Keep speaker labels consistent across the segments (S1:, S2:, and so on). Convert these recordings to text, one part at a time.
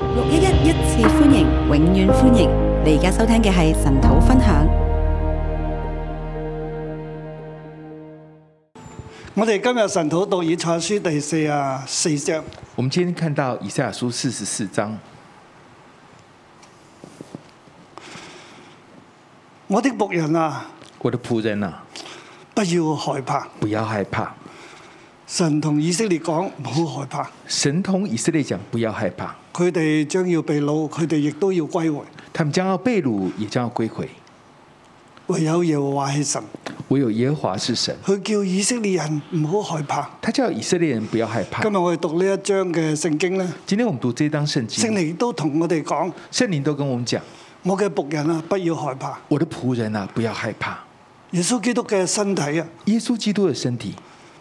S1: 六一一一次歡迎，永遠歡迎！你而家收聽嘅係神土分享。
S2: 我哋今日神土到以賽書第四啊四章，
S3: 我们今天看到以赛亚书四十四章，
S2: 我的仆人啊，
S3: 我的仆人啊，
S2: 不要害怕。
S3: 不要害怕。
S2: 神同以色列講唔好害怕，
S3: 神同以色列讲，不要害怕，
S2: 佢哋將要被擄，佢哋亦都要歸回。
S3: 他们将要被掳，也将要归回。
S2: 唯有耶和華係神，
S3: 唯有耶和华是神，
S2: 佢叫以色列人唔好害怕。
S3: 他叫以色列人不要害怕
S2: 今。日我哋讀呢一章嘅聖經呢，
S3: 今天我们讀这章圣
S2: 聖
S3: 经，
S2: 靈都同我哋講：
S3: 圣灵都跟我们讲，
S2: 我嘅仆人啊，不要害怕。
S3: 我的仆人啊，不要害怕。
S2: 耶穌基督嘅身體啊，
S3: 耶稣基督的身体，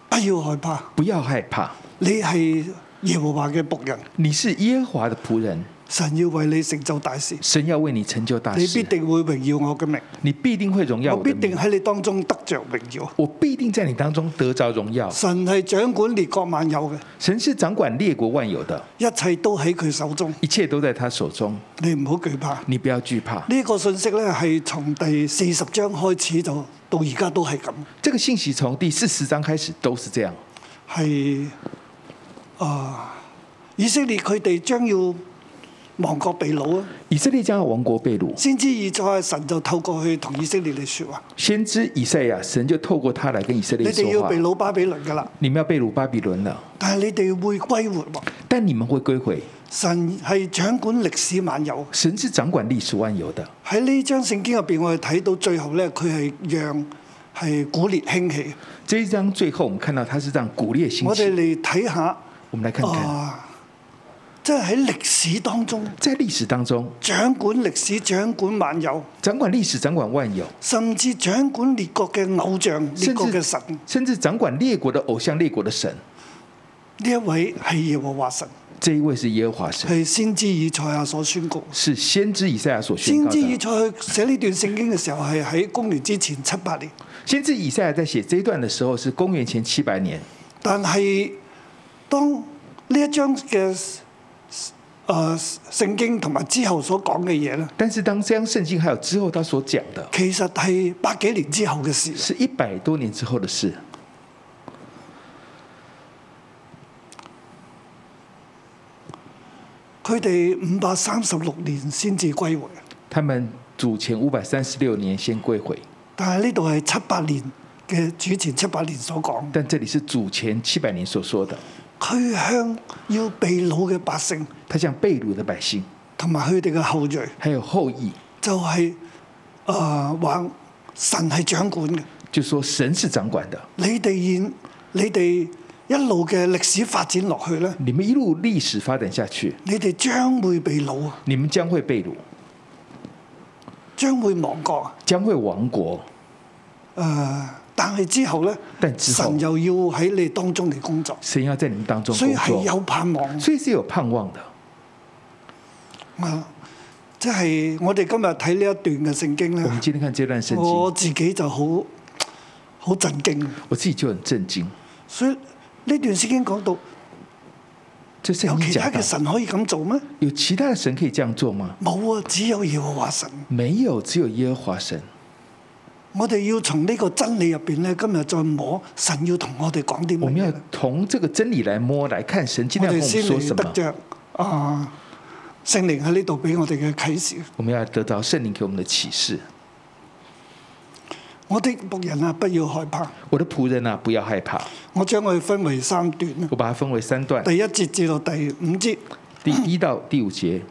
S2: 不要害怕。
S3: 不要害怕。
S2: 你係耶和華嘅仆人，
S3: 你是耶和华的仆人，
S2: 神要為你成就大事，
S3: 神要为你成就大
S2: 你
S3: 事
S2: 必，定會榮耀我嘅名。
S3: 你必定会荣耀
S2: 我
S3: 我
S2: 必
S3: 的
S2: 定
S3: 名，
S2: 喺你當中得着榮耀。
S3: 我必定在你当中得着荣耀。
S2: 神係掌管列國萬有嘅，
S3: 神是掌管列国万有的，
S2: 一切都喺佢手中。
S3: 一切都在他手中。
S2: 你唔好懼怕。呢、
S3: 你不要惧怕。
S2: 個信息呢，係從第四十章開始就到而家都係咁，
S3: 这个信息从第四十章开始都是这样。
S2: 係啊、以色列佢哋將要亡國被擄啊！
S3: 以色列将要亡国被掳，
S2: 先知以賽神就透過去同以色列嚟説話：
S3: 先知以赛亚神就透过他来跟以色
S2: 你
S3: 列
S2: 哋
S3: 说
S2: 要
S3: 话
S2: 被。擄巴比倫噶啦，
S3: 你们要被掳巴比伦了，
S2: 但係你哋會歸回喎。
S3: 但你们会归回。
S2: 神係掌管歷史萬有。
S3: 神是掌管历史万有的。
S2: 喺呢張聖經入邊，我哋睇到最後咧，佢係讓係古列興起。
S3: 这一章最后我们看到他是让古列兴
S2: 我哋
S3: 起。
S2: 嚟睇下，
S3: 我们来看看，
S2: 啊，即係喺歷史當中
S3: 在历史当中，
S2: 掌管歷史、掌管萬有，
S3: 掌管历史、掌管万有，
S2: 甚至掌管列國嘅偶像、列
S3: 甚
S2: 國嘅
S3: 至
S2: 神。
S3: 甚至掌管列国的偶像、列国的神。
S2: 呢一位係耶和華神，
S3: 这一位是耶和华神，
S2: 係先知以賽亞所宣告。
S3: 是先知以赛亚所宣
S2: 先
S3: 告
S2: 知以
S3: 的。
S2: 賽去寫呢段聖經嘅時候，係喺公元之前七八年，
S3: 先知以赛亚在写这一段的时候是公元前七百年，
S2: 但係當呢一章嘅誒、呃、聖經同埋之後所講嘅嘢咧，
S3: 但是当这张圣经还有之后他所讲的，
S2: 其實係百幾年之後嘅事。
S3: 是一百多年之后的事。
S2: 佢哋五百三十六年先至歸回，
S3: 他們主前五百三十六年先归回，
S2: 但係呢度係七八年嘅主前七八年所講，
S3: 但这里是主前七百年所说的，
S2: 佢向要被擄嘅百姓
S3: 他向被掳的百姓
S2: 同埋佢哋嘅後裔，
S3: 还有后裔，
S2: 就係誒話神係掌管嘅，
S3: 就说神是掌管的。
S2: 你哋現你哋一路嘅歷史發展落去咧，
S3: 你们一路历史发展下去，
S2: 你哋將會被擄啊，
S3: 你们将会被掳，
S2: 將會亡國啊！
S3: 将会亡国。
S2: 誒、但係之後咧，
S3: 但之後
S2: 神又要喺你當中嚟工作，
S3: 神要在你们当中
S2: 所以
S3: 工
S2: 係
S3: 作，
S2: 有盼望。
S3: 所以是有盼望的。
S2: 啊，即係我哋今日睇呢一段嘅聖經
S3: 我们
S2: 咧，
S3: 今天看这段圣经，
S2: 我自己就好好震驚。
S3: 我自己就很震惊。
S2: 所以呢段聖經講到
S3: 这圣
S2: 有
S3: 经
S2: 其他
S3: 讲到
S2: 嘅，神可以咁做咩？
S3: 有其他的神可以这样做吗？
S2: 冇啊，只有耶和華神。
S3: 没有，只有耶和华神。
S2: 我哋要從呢個真理入邊咧，今日再摸神要同我哋講啲
S3: 我
S2: 乜
S3: 们要
S2: 嘢呢？
S3: 从这个真理来摸来看神今
S2: 我
S3: 天要
S2: 哋
S3: 跟我们
S2: 先
S3: 说
S2: 嚟
S3: 什
S2: 得
S3: 么。
S2: 着啊聖靈喺呢度俾我哋嘅啟示。
S3: 我们要得到圣灵给我们的启示。
S2: 我的仆人啊，不要害怕。
S3: 我的仆人啊，不要害怕。
S2: 我將佢分為三段啊
S3: 我把它分为三段，
S2: 第一節至到第五節。
S3: 第一到第五节。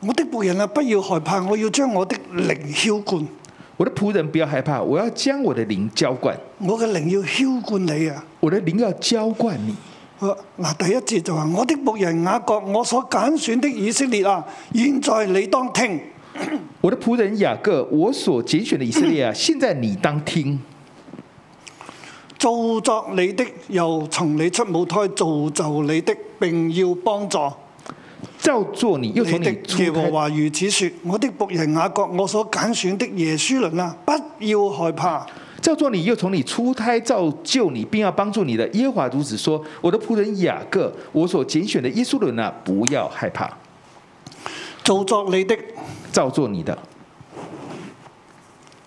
S2: 我的仆人啊，不要害怕，我要將我的靈澆灌，
S3: 我的仆人不要害怕，我要将我的灵浇灌，
S2: 我嘅靈要澆灌你啊！
S3: 我的灵要浇灌你。
S2: 好嗱，第一節就話：我的仆人雅各，我所揀選的以色列啊，現在你當聽。
S3: 我的仆人雅各，我所拣选的以色列 啊，现在你当听。
S2: 造作你的，又從你出母胎造就你的，並要幫助
S3: 照做你，又
S2: 你
S3: 从
S2: 的
S3: 你。出
S2: 耶和
S3: 开。
S2: 華如此說：我的仆人雅各，我所揀選的耶書倫啊，不要害怕，
S3: 叫做你又从你出胎造就你，并要帮助你的耶和华如此说：我的仆人雅各，我所拣选的耶稣伦啊，不要害怕，
S2: 做作你的，
S3: 照做你的，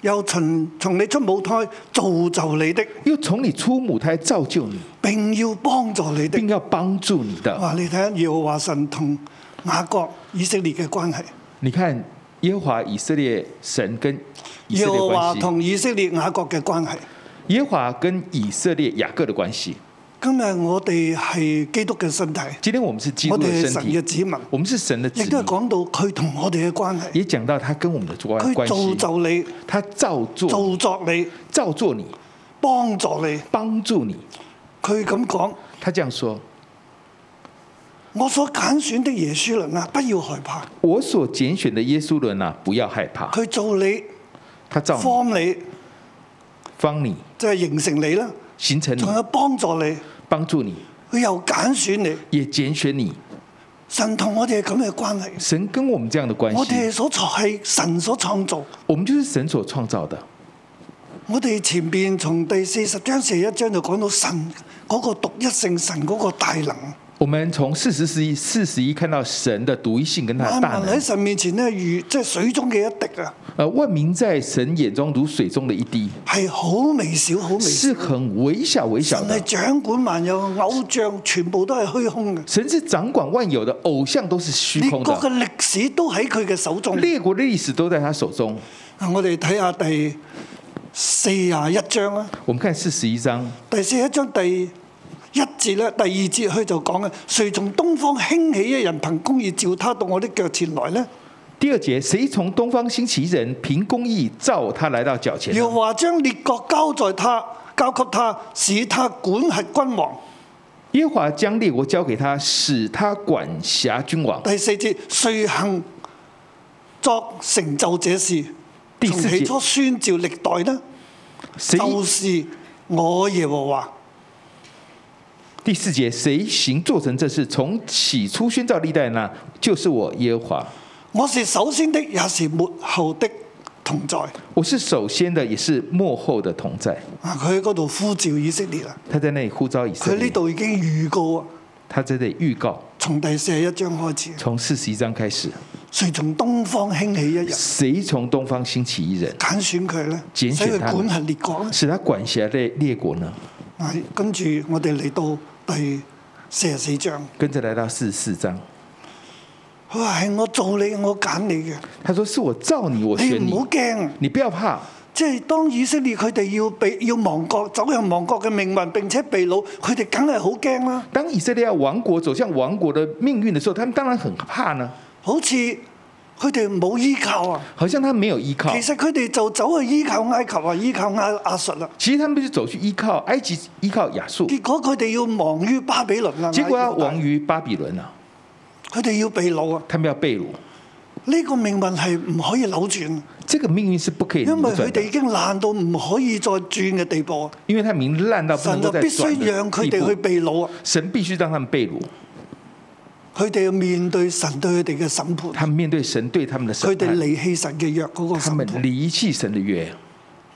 S2: 又從從你出母胎造就你的，
S3: 又从你出母胎造就你，
S2: 並要幫助你的。
S3: 并要帮助你的。
S2: 哇！你睇下耶和華神同雅各以色列嘅關係，
S3: 你看耶和华以色列神跟以
S2: 耶
S3: 色列
S2: 和華
S3: 关系，
S2: 同以色列雅各嘅關係。
S3: 耶和华跟以色列雅各的关系。
S2: 今日我哋係基督嘅身體，
S3: 今天我们是基督
S2: 我
S3: 的
S2: 哋係
S3: 身
S2: 神嘅
S3: 体，
S2: 子民，
S3: 我们是神的子
S2: 亦都係
S3: 民，
S2: 講到佢同我哋嘅關係。
S3: 也讲到他跟我们的关
S2: 佢
S3: 关系，
S2: 造就你，
S3: 他造作
S2: 造作你，
S3: 造作你，
S2: 幫助你。
S3: 帮助你。
S2: 佢咁講：
S3: 他这样说：
S2: 我所揀選的耶穌人啊，不要害怕。
S3: 我所拣选的耶稣人啊，不要害怕，
S2: 佢做你
S3: 他造你，
S2: ，form 你，
S3: 方你，
S2: 即係形成你啦，
S3: 形成你
S2: 仲，有幫助你。
S3: 帮助你，
S2: 佢又揀選你，
S3: 也拣选你。
S2: 神同我哋係咁嘅關係。
S3: 神跟我们这样的关
S2: 我哋
S3: 系
S2: 係，所創係神所創造。
S3: 我们就是神所创造的。
S2: 我哋前邊從第四十章、四十一章就講到神嗰個獨一性，神嗰個大能。
S3: 我们从四十一四十一看到神的独一性跟他的
S2: 萬
S3: 大
S2: 民喺
S3: 能，
S2: 神面前咧，如即係水中嘅一滴啊，
S3: 呃，万民在神眼中如水中的一滴，
S2: 係好微小、好微小。
S3: 是很微小微小
S2: 神
S3: 的
S2: 係。掌管萬有，偶像全部都係虛空嘅。
S3: 神是掌管万有的，偶像都是虚
S2: 列
S3: 空
S2: 國嘅
S3: 的，
S2: 歷史都喺佢嘅手中。
S3: 列国的历史都在他手中。
S2: 啊我哋睇下第四廿一章啊，
S3: 我们看四十一章
S2: 第四十一章第一節咧，第二節佢就講啊：誰從東方興起一人，憑公義照他到我的腳前來呢？
S3: 第二节，谁从东方兴起人，凭公义照他来到脚前呢？
S2: 要話將列國交在他，交給他，使他管轄君王。
S3: 耶和华将列国交给他，使他管辖君王。
S2: 第四節，誰行作成就這事？
S3: 第
S2: 從
S3: 四
S2: 起
S3: 節
S2: 初宣召歷代呢？
S3: 谁？
S2: 就是我耶和華，
S3: 第四节，谁行做成这事？从起初宣召历代呢，就是我耶和华。
S2: 我是首先的，也是末後的同在。
S3: 我是首先的，也是幕后的同在。
S2: 啊，佢喺嗰度呼召以色列啊，
S3: 他在那里呼召以色
S2: 佢呢
S3: 列，
S2: 度已經預告啊，
S3: 他在这里预告，
S2: 從第四十一章開始，
S3: 从四十一章开始，
S2: 誰從東方興起一人，
S3: 谁从东方兴起一人，
S2: 揀選佢咧，使
S3: 揀選
S2: 佢
S3: 他
S2: 管轄列國咧。
S3: 使他管辖列列国呢？
S2: 啊，跟住我哋嚟到第四十四章，
S3: 跟着来到四十四章，
S2: 佢話係我做你，我揀你嘅，
S3: 他说：“是我造你，我选
S2: 你
S3: 你
S2: 唔好，驚。
S3: 你不要怕。
S2: 即係當以色列佢哋要被要亡國，走向亡國嘅命運，並且被擄，佢哋梗係好驚啦。
S3: 当以色列要亡国走向亡国的命运的时候，他们当然很怕呢，
S2: 好似佢哋冇依靠啊。
S3: 好像他们没有依靠
S2: 其。實佢哋就走去依靠埃及啊，依靠亞亞述啦。
S3: 其实他们就走去依靠埃及，依靠亚述，
S2: 結果佢哋要亡於巴比倫啊，
S3: 结果
S2: 亞
S3: 要
S2: 述大
S3: 亡于巴比伦啊，
S2: 佢哋要被擄啊。
S3: 他们要被掳。
S2: 呢、個命運係唔可以扭轉，
S3: 这个命运是不可以
S2: 因為
S3: 扭
S2: 佢
S3: 转的
S2: 哋已，經爛到唔可以再轉嘅地步啊。
S3: 因为他们已经烂到不能
S2: 神
S3: 够
S2: 就
S3: 再
S2: 必
S3: 转
S2: 須讓
S3: 的
S2: 佢
S3: 地
S2: 哋去
S3: 步。
S2: 被擄啊！
S3: 神必须让他们被掳，
S2: 佢哋要面對神對佢哋嘅審判，
S3: 他们面對神对他们的
S2: 佢
S3: 审
S2: 哋
S3: 判，
S2: 離棄神嘅約嗰個
S3: 他
S2: 審判
S3: 们。离弃神的约。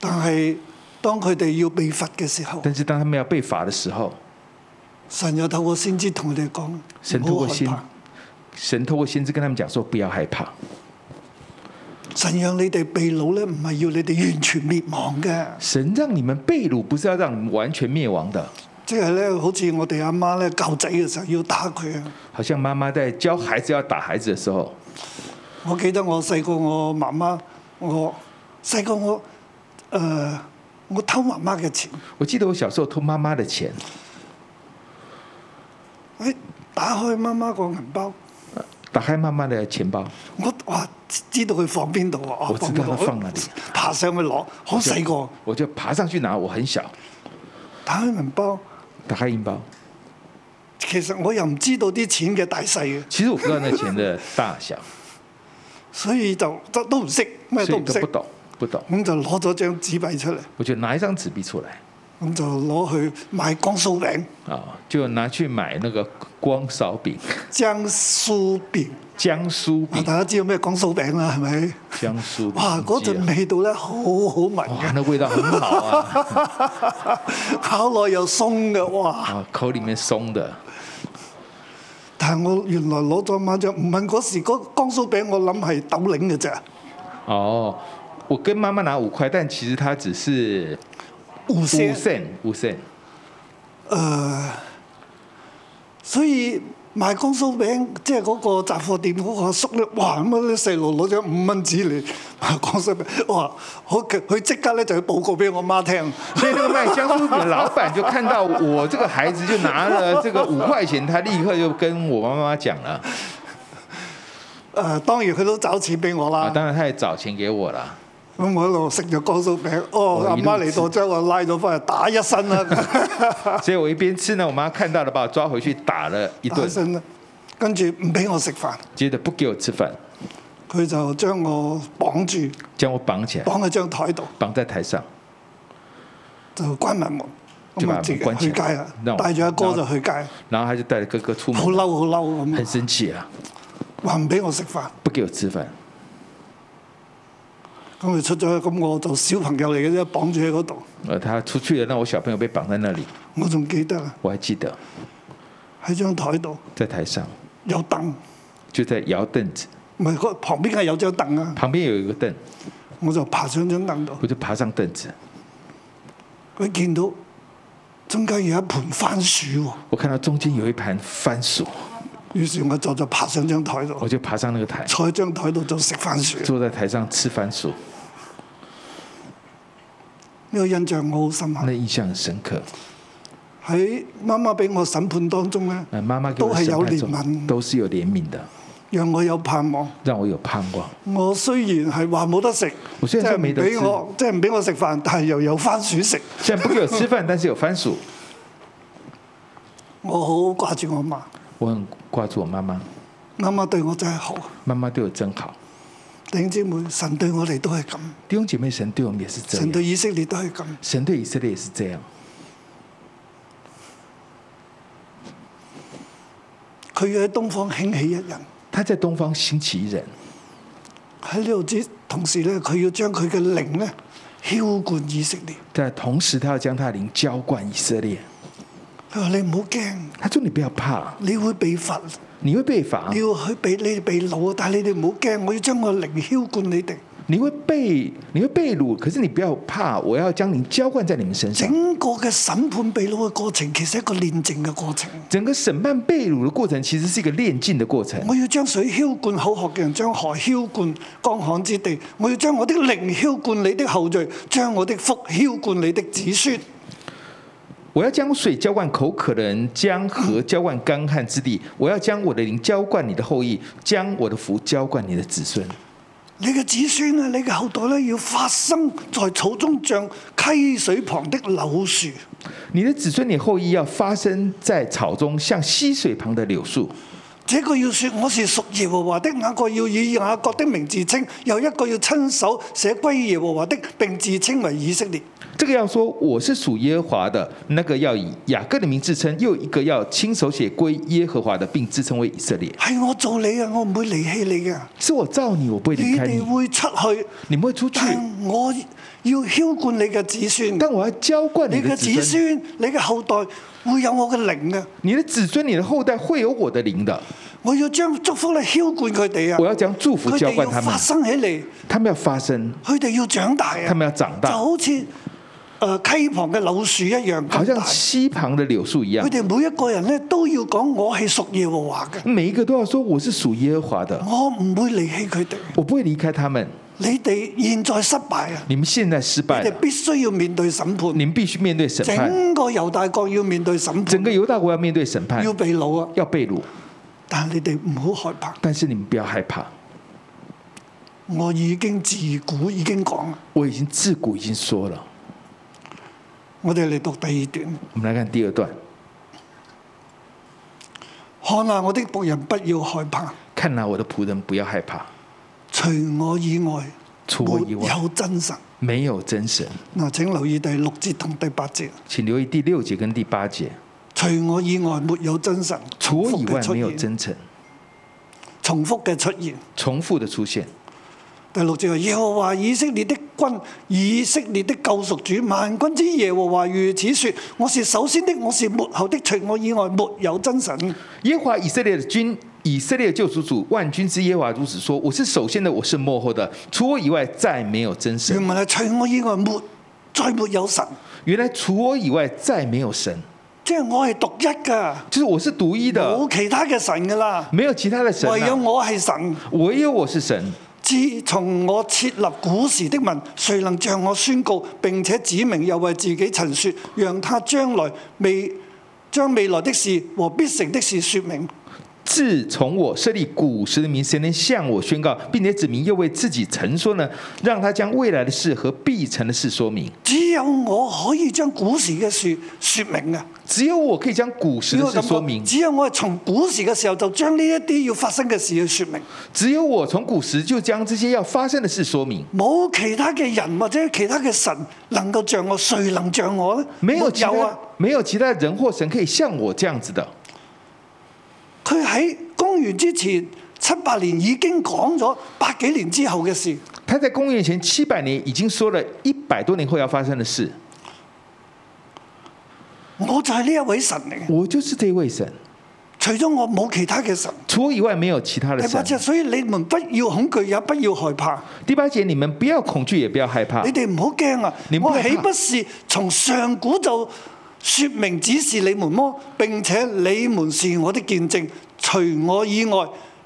S2: 但係當佢哋要被罰嘅時候，
S3: 但是当他们要被罚的时候，
S2: 神又透過先知同佢哋講：
S3: 神透過先
S2: 唔好害怕
S3: 神透过先知跟他们讲说：不要害怕，
S2: 神讓你哋被擄咧，唔係要你哋完全滅亡嘅。
S3: 神让你们被掳，不是要让你们完全灭亡的。
S2: 即係咧，好似我哋阿媽咧教仔嘅時候要打佢啊！
S3: 好像妈妈在教孩子要打孩子的时候，
S2: 我記得我細個，我媽媽，我細個我誒、呃我偷媽媽嘅錢，
S3: 我记得我小时候偷妈妈的钱，
S2: 誒打開媽媽個銀包，
S3: 打开妈妈的钱包，
S2: 我哇知道佢放邊度啊！
S3: 我知道佢放哪裡，
S2: 爬上去攞，好細個，
S3: 我就爬上去拿，我很小，
S2: 打開銀包。
S3: 打开银包，
S2: 其實我又唔知道啲錢嘅大細嘅，
S3: 其实我不知道那钱的大 小，
S2: 所以就都都唔識，咩
S3: 所
S2: 都
S3: 以
S2: 唔
S3: 都
S2: 識
S3: 不，懂，不懂，
S2: 咁就攞咗張紙幣出嚟，
S3: 我就拿一张纸币出来，
S2: 咁就攞去買光酥餅、
S3: 啊，就拿去买那个光勺饼、
S2: 江酥餅。
S3: 江苏
S2: 啊
S3: 饼、
S2: 大家知道咩光酥餅啦，係咪？
S3: 江苏饼。
S2: 哇！嗰
S3: 你記
S2: 陣
S3: 得
S2: 味道咧，好好聞
S3: 哇，
S2: 嘅，
S3: 那味道很好啊，
S2: 口內又鬆嘅，哇！
S3: 啊，口里面松的。
S2: 但係我原來攞咗晚獎，唔問嗰時嗰光酥餅，我諗係豆領嘅啫，
S3: 哦，我跟妈妈拿五块，但其实它只是
S2: 胡
S3: 五
S2: 聲
S3: cent 五 cent。
S2: 誒，所以賣光酥餅，即係嗰個雜貨店嗰個阿叔咧，哇！咁啊啲細路攞咗五蚊紙嚟 賣光酥餅，哇！好佢佢即刻咧就去報告俾我媽聽，
S3: 所以那个卖江苏饼的老板就看到我这个孩子，就拿了这个五块钱，他立刻就跟我妈妈讲了
S2: 誒、啊當然佢都找錢俾我
S3: 啊，
S2: 啦。
S3: 当然他也找錢給我
S2: 啊
S3: 了。啊
S2: 咁我一路食咗光酥餅，哦，
S3: 哦
S2: 阿
S3: 一路
S2: 媽嚟到將我拉咗翻嚟打一身啦，
S3: 所以我一邊吃呢，我媽看到了，把我抓回去打了一
S2: 打一
S3: 頓，
S2: 身啦，跟住唔俾我食飯，
S3: 接着不給我吃飯，
S2: 佢就將我綁住，
S3: 將我綁起來，
S2: 綁喺張台度，
S3: 綁在台上，
S2: 就關埋門，
S3: 就
S2: 咁
S3: 把
S2: 啊自己
S3: 門關起
S2: 去
S3: 來
S2: 街啦
S3: 那，我
S2: 帶住阿哥
S3: 那
S2: 就去街，
S3: 然後他就帶着哥哥出
S2: 好
S3: 門，
S2: 嬲好嬲咁
S3: 很。生氣啊，
S2: 話唔俾我食飯，
S3: 不給我吃飯。
S2: 咁佢出咗去，咁我就小朋友嚟嘅啫，綁住喺嗰度。
S3: 呃，他出去了，那我小朋友被綁在那裡，
S2: 我仲記得啦，
S3: 我還記得
S2: 喺張台度
S3: 在台上
S2: 有凳，
S3: 就在搖凳子，
S2: 唔係嗰旁邊係有張凳啊，
S3: 旁邊有一個凳，
S2: 我就爬上張凳度，
S3: 我就爬上凳子，
S2: 佢見到中間有一盤番薯喎，
S3: 我看到中間有一盤番薯，
S2: 於是我就就爬上張台度
S3: 我，就爬上那個台，
S2: 坐喺張台度就食番薯。呢、
S3: 坐在台上吃番薯，
S2: 個印象我好深刻
S3: 那。印象很深刻。
S2: 喺媽媽俾我審判當中咧，
S3: 呃，媽媽給我
S2: 都
S3: 的
S2: 係
S3: 审
S2: 有
S3: 判
S2: 憐
S3: 中
S2: 憫
S3: 都是有憐憫的，
S2: 讓我有盼望。
S3: 讓我有盼望。
S2: 我雖然係話冇得食，
S3: 我
S2: 即
S3: 雖
S2: 係
S3: 然說
S2: 唔
S3: 沒得
S2: 俾
S3: 吃
S2: 我，即係唔俾我食飯，但係又有番薯食，
S3: 雖然不給我吃飯，但是有番薯，
S2: 我好掛住我媽。
S3: 我很掛住我媽媽，
S2: 媽媽對我真係好，
S3: 媽媽對我真好。
S2: 弟兄姊妹，神對我哋都係咁，
S3: 弟兄姐妹，神對我們也是這
S2: 神對
S3: 樣，
S2: 以色列都係咁。
S3: 神對以色列也是這樣。
S2: 佢要喺東方興起一人，
S3: 他在東方興起一人，
S2: 喺呢度之同時咧，佢要將佢嘅靈咧澆灌以色列。
S3: 但同時他要將他的靈浇灌以色列。
S2: 佢話：你唔好驚，
S3: 他說：“你不要怕，
S2: 你會被罰，
S3: 你會被
S2: 你
S3: 罰，
S2: 要去被你哋被擄，但係你哋唔好驚，我要將我嘅靈澆灌你哋。
S3: 你會被你會被擄，可是你不要怕，我要將你浇灌在你們身上。”
S2: 整個嘅審判被擄嘅過程，其實係一個煉淨嘅過程。
S3: 整個審判被擄的過程其實是一個煉境的過程。
S2: 我要將水澆灌口渴嘅人，將河澆灌乾旱之地。我要將我的靈澆灌你的後裔，將我的福澆灌你的子孫。
S3: 我要將水浇灌口渴的人，將河浇灌干旱之地。我要將我的靈浇灌你的後裔，將我的福浇灌你的子孫。
S2: 你嘅子孫啊，你嘅後代咧，要發生在草中像溪水旁的柳樹。
S3: 你的子孫，你的後裔要發生在草中，像溪水旁的柳樹。
S2: 這個要說我是屬耶和華的，那個要以雅各的名自稱，有一個要親手寫歸耶和華的，並自稱為以色列。
S3: 這個要說我是屬耶和華的，那個要以雅各的名自稱，又一個要親手寫歸耶和華的，並自稱為以色列。
S2: 係我做你啊，我唔會離棄你嘅。
S3: 是我造你，我不會
S2: 你
S3: 離開
S2: 哋
S3: 你，
S2: 會出去，
S3: 你們會出去，
S2: 但我要澆灌你嘅子孫。
S3: 但我要浇灌
S2: 你
S3: 你
S2: 嘅
S3: 的
S2: 子
S3: 子孫，
S2: 孫、你嘅後代會有我嘅靈嘅，
S3: 你的子孫，你的後代會有我的靈的。
S2: 我要將祝福咧澆灌佢哋
S3: 我
S2: 啊！
S3: 要將祝福
S2: 佢
S3: 浇
S2: 哋
S3: 灌
S2: 要
S3: 他們
S2: 發，生起嚟，
S3: 他們要發生，
S2: 佢哋要長大
S3: 他
S2: 啊！
S3: 們要長
S2: 就
S3: 大，
S2: 好似誒、呃溪旁嘅柳樹一樣
S3: 好
S2: 咁
S3: 像
S2: 大。
S3: 溪旁的柳樹一
S2: 佢
S3: 樣。
S2: 哋每一個人咧都要講我係屬耶和華嘅，
S3: 每一個都要說我是屬耶和華的，
S2: 我唔會離棄佢哋。
S3: 我不會離開他們。
S2: 你哋現在失敗啊！
S3: 你們現在失敗
S2: 你哋
S3: 了，
S2: 必須要面對審判，
S3: 你們必須面對審判，
S2: 整個猶大國要面對審判，
S3: 整個猶大國要面對審判
S2: 要，被擄啊！
S3: 要被擄。
S2: 但係你哋唔好害怕，
S3: 但是你們不要害怕，
S2: 我已經自古已經講啦。
S3: 我已經自古已經說了。
S2: 我哋嚟讀第二段。
S3: 我們來看第二段，
S2: 看啊，我的仆人不要害怕，
S3: 看哪，我的僕人不要害怕，
S2: 除我以外
S3: 出乎
S2: 沒
S3: 意外，
S2: 有真神。
S3: 没有真神。
S2: 嗱，請留意第六節同第八節，
S3: 请留意第六节跟第八节，
S2: 除我以外沒有真神，
S3: 除我以
S2: 重複嘅
S3: 外
S2: 出
S3: 没有
S2: 現
S3: 真神，
S2: 重複嘅出現。
S3: 重复的出现。
S2: 第六節話：耶和華以色列的君，以色列的救贖主，萬軍之耶和華如此說：我是首先的，我是末後的，除我以外沒有真神。
S3: 耶和华以色列的君，以色列救赎主，万军之耶和华如此说：我是首先的，我是幕后的，除我以外再没有真神。
S2: 原文係除我以外沒再沒有神，
S3: 原来除我以外再没有神，
S2: 即係我係獨一㗎，
S3: 就是我是独一的，
S2: 冇其他嘅神㗎啦，
S3: 没有其他的神、
S2: 唯有
S3: 啊，
S2: 我係神。
S3: 唯有我是神。
S2: 自從我設立古時的民，誰能像我宣告並且指明又為自己陳説，讓他將來未將未來的事和必成的事説明？
S3: 自从我设立古时的名，谁能向我宣告，并且指明又为自己陈说呢？让他将未来的事和必成的事说明。
S2: 只有我可以將古時嘅事説明啊！
S3: 只有我可以將古
S2: 只
S3: 时的
S2: 有
S3: 事
S2: 咁
S3: 说明
S2: 講，，只有我係從古時嘅時候就將呢一啲要發生嘅事去説明，
S3: 只有我从古时就将这些要发生的事说明。
S2: 冇其他嘅人或者其他嘅神能夠像我，誰能像我呢？
S3: 没有
S2: 沒
S3: 其他
S2: 有啊！
S3: 没有其他人或神可以像我这样子的。
S2: 佢喺公元之前七八年已經講咗百幾年之後嘅事。
S3: 他在公元前七百年已经说了一百多年后要发生的事。
S2: 我就係呢一位神嚟嘅，
S3: 我就是这位神，
S2: 除咗我冇其他嘅神。
S3: 除我以外没有其他的
S2: 第八
S3: 神。
S2: 節，所以你們不要恐懼，也不要害怕。
S3: 第八节，你们不要恐惧，也不要害怕
S2: 你。哋唔好驚啊！
S3: 你唔好
S2: 我
S3: 怕
S2: 岂不是從上古就説明指示你們麼？並且你們是我的見證，除我以外，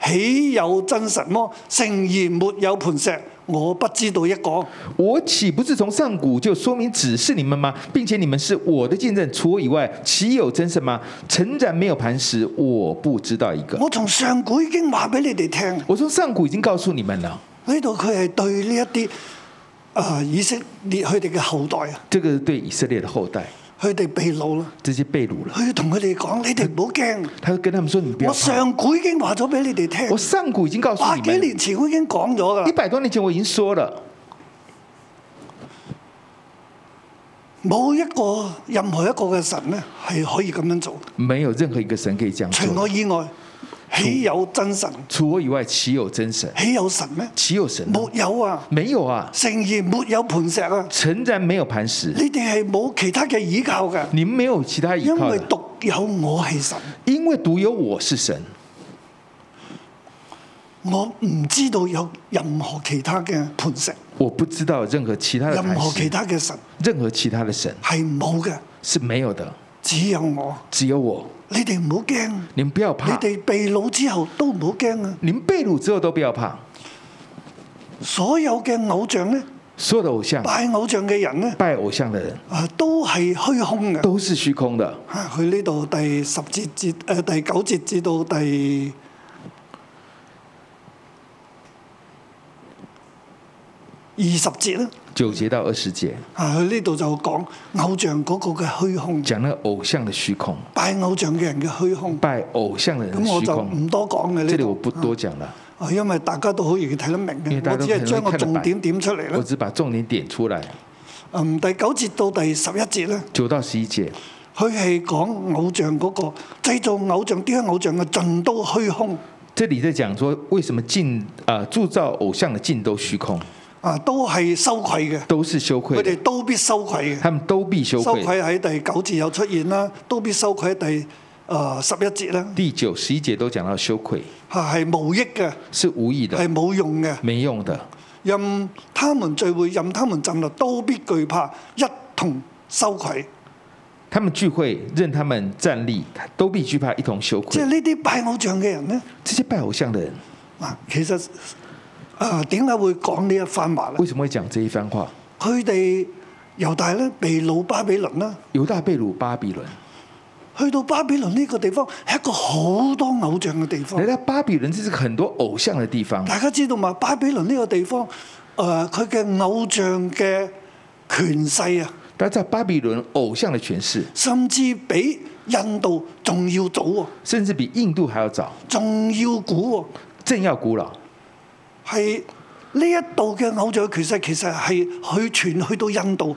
S2: 豈有真神麼？誠然沒有磐石，我不知道一個。
S3: 我岂不是从上古就说明指示你们吗？并且你们是我的见证，除我以外，岂有真神吗？诚然没有磐石，我不知道一个。
S2: 我從上古已經話俾你哋聽，
S3: 我从上古已经告诉你们了，
S2: 呢度佢係對呢一啲啊以色列佢哋嘅後代啊，
S3: 这个是对以色列的后代，
S2: 佢哋被擄啦。
S3: 这些被掳了。
S2: 佢同佢哋講：你哋唔好驚，
S3: 他就跟他们说：“你们不要
S2: 我
S3: 怕，
S2: 上古已經話咗俾你哋
S3: 我
S2: 聽，
S3: 上古已经告诉
S2: 百
S3: 你
S2: 幾
S3: 们，
S2: 年前我已經講咗㗎
S3: 一
S2: 啦，
S3: 百多年前我已经说了，
S2: 冇一個任何一個嘅神咧係可以咁樣做，
S3: 没有任何一个神可以这样
S2: 除
S3: 做
S2: 我
S3: 的。
S2: 以外，豈有真神？
S3: 除我以外，岂有真神？
S2: 豈有神咩？
S3: 岂有神呢？
S2: 沒有啊！
S3: 没有啊！
S2: 誠然沒有磐石啊！
S3: 诚然没有磐石，
S2: 你哋係冇其他嘅倚靠㗎，
S3: 你们没有其他依
S2: 因
S3: 靠
S2: 為
S3: 的，
S2: 獨有我係神，
S3: 因为独有我是神。
S2: 我唔知道有任何其他嘅磐石，
S3: 我不知道任何其他的磐
S2: 任何其
S3: 石，
S2: 他嘅神
S3: 任何其他的神
S2: 係冇嘅，
S3: 是没有的，
S2: 只有我。
S3: 只有我。
S2: 你哋唔好驚。
S3: 你们不要
S2: 你
S3: 怕，
S2: 哋被掳之後都唔好驚啊！
S3: 你们被掳之后都不要怕。
S2: 所有嘅偶像咧，
S3: 所有的偶像、
S2: 拜偶像嘅人咧，
S3: 拜偶像的人
S2: 啊都係虛空嘅。
S3: 都是虚空的。
S2: 啊，佢呢度第十節至誒、呃第九節至到第二十節啦。
S3: 九节到二十节
S2: 啊，佢呢度就講偶像嗰個嘅虛空，
S3: 讲那个偶像的虚空，
S2: 拜偶像嘅人嘅虛空。
S3: 拜偶像的人的
S2: 咁我嗯
S3: 虚
S2: 就
S3: 空。
S2: 唔多講嘅
S3: 这
S2: 呢
S3: 里
S2: 度，
S3: 我不多讲了，
S2: 啊因為大家都好容易睇得明
S3: 因為
S2: 嘅。
S3: 大
S2: 我
S3: 家都
S2: 只係將個
S3: 可能看得
S2: 重
S3: 白
S2: 點點出嚟啦
S3: 我。只把重点点出来。
S2: 嗯，第九節到第十一節咧，
S3: 九到十一节，
S2: 佢係講偶像嗰、個製造偶像、雕刻偶像嘅盡都虛空
S3: 这里在讲说为什么进啊铸造偶像的尽都虚空，
S2: 啊，都係羞愧嘅，
S3: 都是羞愧
S2: 佢
S3: 的
S2: 哋，都必羞愧嘅。
S3: 他们都必羞
S2: 羞
S3: 愧。
S2: 愧喺第九節有出現啦，都必羞愧喺第誒十一節啦，
S3: 第九、十一节都讲到羞愧
S2: 嚇係無益嘅，
S3: 是无益的
S2: 係、冇用嘅。
S3: 没用的，
S2: 任他們聚會，任他們站立，都必懼怕，一同羞愧。
S3: 他们聚会任他们站立，都必惧怕一同羞
S2: 即係
S3: 愧。
S2: 呢啲拜偶像嘅人咧，
S3: 这些拜偶像的人
S2: 嗱，其實誒點解會講呢一番話咧？
S3: 为什么会讲这一番话？
S2: 佢哋猶大咧被擄巴比倫啦，
S3: 犹大被掳巴比伦，
S2: 去到巴比倫呢個地方係一個好多偶像嘅地方
S3: 来。到巴比伦这是很多偶像的地方。
S2: 大家知道嘛？巴比倫呢個地方，誒佢嘅偶像嘅權勢啊，
S3: 大家知道巴比伦偶像的权势，
S2: 甚至比印度仲要早喎、
S3: 甚至比印度还要早，
S2: 仲要古喎、
S3: 正要古老。
S2: 係呢一度嘅偶像權勢其實係去傳去到印度，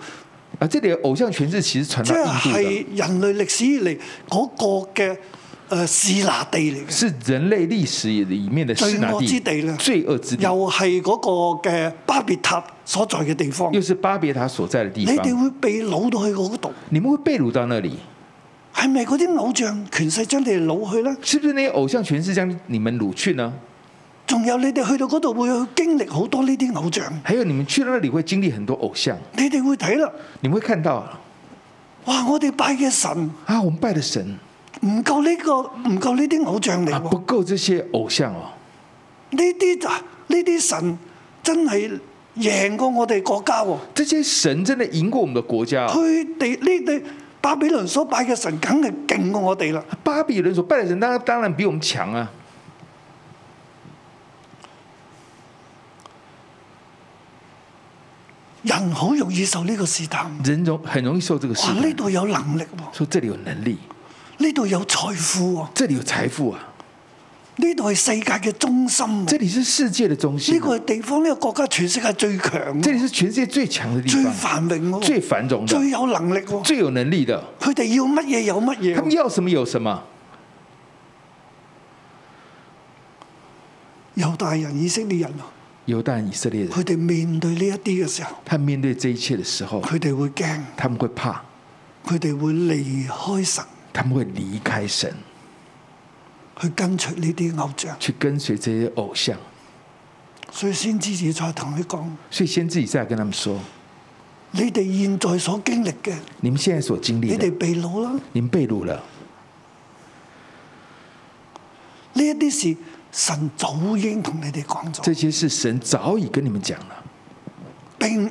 S3: 啊，这里的偶像权势其实传
S2: 即
S3: 到印度的，
S2: 係人類歷史以嚟嗰個嘅誒士拿地嚟嘅，
S3: 是人类历史里面的
S2: 罪
S3: 是哪
S2: 惡之
S3: 地？
S2: 地啦，
S3: 罪恶之地，
S2: 又係嗰個嘅巴別塔所在嘅地方。
S3: 又是巴别塔所在的地
S2: 你哋
S3: 方，
S2: 會被擄到去嗰度，
S3: 你们会被掳到那里，
S2: 係咪嗰啲偶像權勢將你哋擄去咧？
S3: 是不是？那些偶像权势将你们掳去呢？
S2: 仲有你哋去到嗰度會去經歷好多呢啲偶像，
S3: 还有你们去到那里会经历很多偶像，
S2: 你哋會睇啦，
S3: 你们会看到
S2: 哇！我哋拜嘅神
S3: 啊，我们拜的神
S2: 唔夠呢、個唔夠呢啲偶像嚟
S3: 啊
S2: 喎。
S3: 不够这些偶像哦，
S2: 呢啲就呢啲神真係贏過我哋國家喎、
S3: 这些神真的赢过我们的国家哦。
S2: 佢哋呢啲巴比倫所拜嘅神，梗係勁過我哋啦。
S3: 巴比伦所拜的神，当然当然比我们强啊。
S2: 人好容易受呢個試探。
S3: 人容很容易受这个试
S2: 哇！呢
S3: 探，
S2: 度有能力喎、
S3: 说这里有能力，
S2: 呢度有財富喎、
S3: 这里有财富啊，
S2: 呢度係世界嘅中心喎、
S3: 这里是世界的中心
S2: 呢
S3: 啊、
S2: 個地方呢、個國家全世界最強喎、
S3: 这里是全世界最强的地
S2: 最
S3: 方，
S2: 繁榮喎、
S3: 最繁荣的，
S2: 最有能力喎、
S3: 最有能力的，
S2: 佢哋要乜嘢有乜嘢
S3: 他们
S2: 喎，
S3: 要什么有什么。
S2: 猶大人、以色列人啊，
S3: 犹大人以色列人，
S2: 佢哋面對呢一啲嘅時候，
S3: 他面对这一切的时候，
S2: 佢哋會驚，
S3: 他们会怕，
S2: 佢哋會離開神。
S3: 他们会离开神，
S2: 去跟隨呢啲偶像，
S3: 去跟随这些偶像。
S2: 所以先知至再同佢講：
S3: 所以先自己再跟他们说，
S2: 你哋現在所經歷嘅，
S3: 你们现在所经
S2: 你
S3: 历的，
S2: 哋被掳啦，
S3: 你们被掳了，
S2: 呢一啲事神早已經同你哋講
S3: 这
S2: 咗，
S3: 些事神早已跟你们讲了。
S2: 並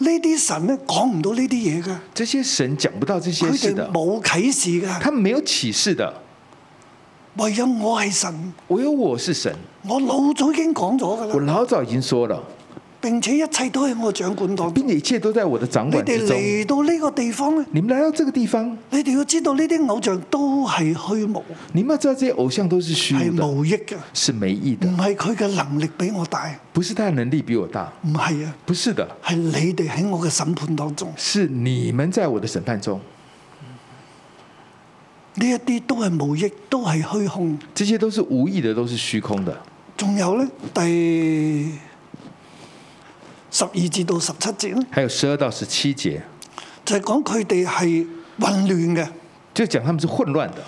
S2: 呢啲神咧講唔到呢啲嘢嘅，
S3: 这些神讲不到这些
S2: 佢
S3: 事
S2: 哋
S3: 的，
S2: 冇啟示嘅，
S3: 他们没有启示的，
S2: 唯有我係神，
S3: 唯有我是神。
S2: 我老早已經講咗㗎
S3: 我
S2: 啦，
S3: 老早已经说了，
S2: 並且一切都喺我掌管當中。
S3: 并且一切都在我的掌
S2: 你
S3: 管
S2: 哋
S3: 之中。
S2: 嚟到呢個地方咧，
S3: 你们来到这个地方，
S2: 你哋要知道呢啲偶像都係虛無，
S3: 你们要知道这些偶像都是虚
S2: 係
S3: 无的，
S2: 無益嘅，
S3: 是没意
S2: 唔
S3: 的，
S2: 係佢嘅能力比我大，
S3: 不是他的能力比我大，
S2: 唔係啊。
S3: 不是的，
S2: 係你哋喺我嘅審判當中，
S3: 是你们在我的审判中，
S2: 呢一啲都係無益，都係虛空。
S3: 这些都是无意的，都是虚空的。
S2: 仲有咧，第十二至到十七節咧，
S3: 还有十二到十七节，
S2: 就係講佢哋係混亂嘅。
S3: 就讲他们是混乱的，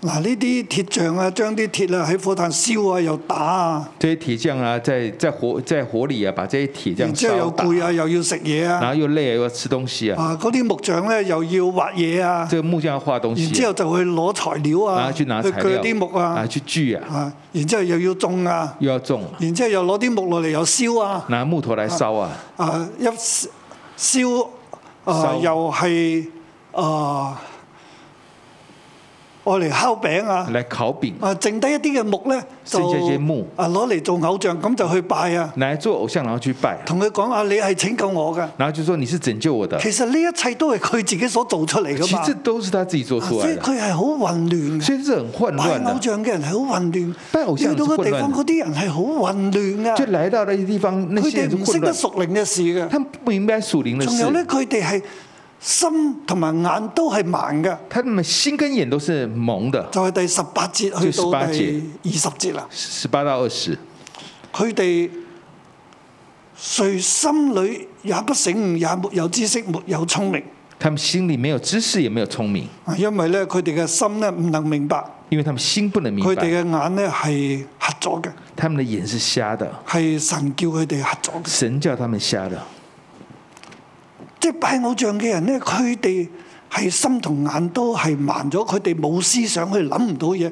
S2: 嗱，呢啲鐵匠啊，將啲鐵啊喺火炭燒啊，又打啊，
S3: 这些铁匠啊，在在火在火里啊，把这些铁匠
S2: 然之後
S3: 烧
S2: 又
S3: 打，
S2: 攰啊，又要食嘢
S3: 然
S2: 啊，
S3: 后又累啊，又要吃东西啊，
S2: 啊，嗰啲木匠咧又要畫嘢啊，
S3: 这个木匠要画东
S2: 然
S3: 西
S2: 之
S3: 啊、
S2: 後就去攞材料
S3: 然
S2: 啊，
S3: 后去拿材
S2: 鋸
S3: 料
S2: 啲木啊，
S3: 去锯啊，
S2: 啊，然之後又要種啊，
S3: 又要种啊，
S2: 然之後又攞啲木落嚟又燒啊。
S3: 拿木头来烧啊，
S2: 啊一燒啊
S3: 收
S2: 又係啊愛嚟烤餅啊
S3: 来烤饼，
S2: 啊剩低一啲嘅木咧就
S3: 剩下一些木
S2: 啊攞嚟做偶像咁就去拜啊，
S3: 拿来做偶像，然后去拜啊、
S2: 同佢講啊你係拯救我㗎。
S3: 然后就说你是拯救我的，
S2: 其實呢一切都係佢自己所做出嚟
S3: 其
S2: 㗎
S3: 实
S2: 嘛
S3: 这，都是他自己做
S2: 啊
S3: 出
S2: 所
S3: 来
S2: 以啊哎
S3: 的，
S2: 佢係好混亂嘅。
S3: 所以是很混
S2: 拜
S3: 乱
S2: 偶
S3: 的。
S2: 像嘅人係好混亂，
S3: 拜偶像
S2: 去到個地方
S3: 係混亂
S2: 嗰啲人係好混亂
S3: 就
S2: 㗎，
S3: 来到那些地方，那
S2: 啊佢
S3: 些
S2: 哋
S3: 人是
S2: 唔識
S3: 混
S2: 得
S3: 乱，
S2: 熟靈嘅事㗎。
S3: 他们不明白属灵的
S2: 仲
S3: 事
S2: 有，咧，佢哋係心同埋眼都係盲嘅，
S3: 他们心跟眼都是蒙的。
S2: 就係第十八節去
S3: 就18
S2: 到
S3: 節
S2: 第二十節啦。
S3: 十八到二十，
S2: 佢哋誰心裏也不醒悟，也沒有知識，沒有聰明，
S3: 他们心里没有知识，也没有聰明，
S2: 啊因為咧佢哋嘅心咧唔能明白，
S3: 因为他们心不能明
S2: 佢哋
S3: 白，
S2: 嘅眼咧係瞎咗嘅，
S3: 他们的眼是瞎的，
S2: 係神叫佢哋瞎咗嘅。
S3: 神叫他们瞎的。
S2: 即係拜偶像嘅人咧，佢哋係心同眼都係盲咗，佢哋冇思想，佢哋諗唔到嘢。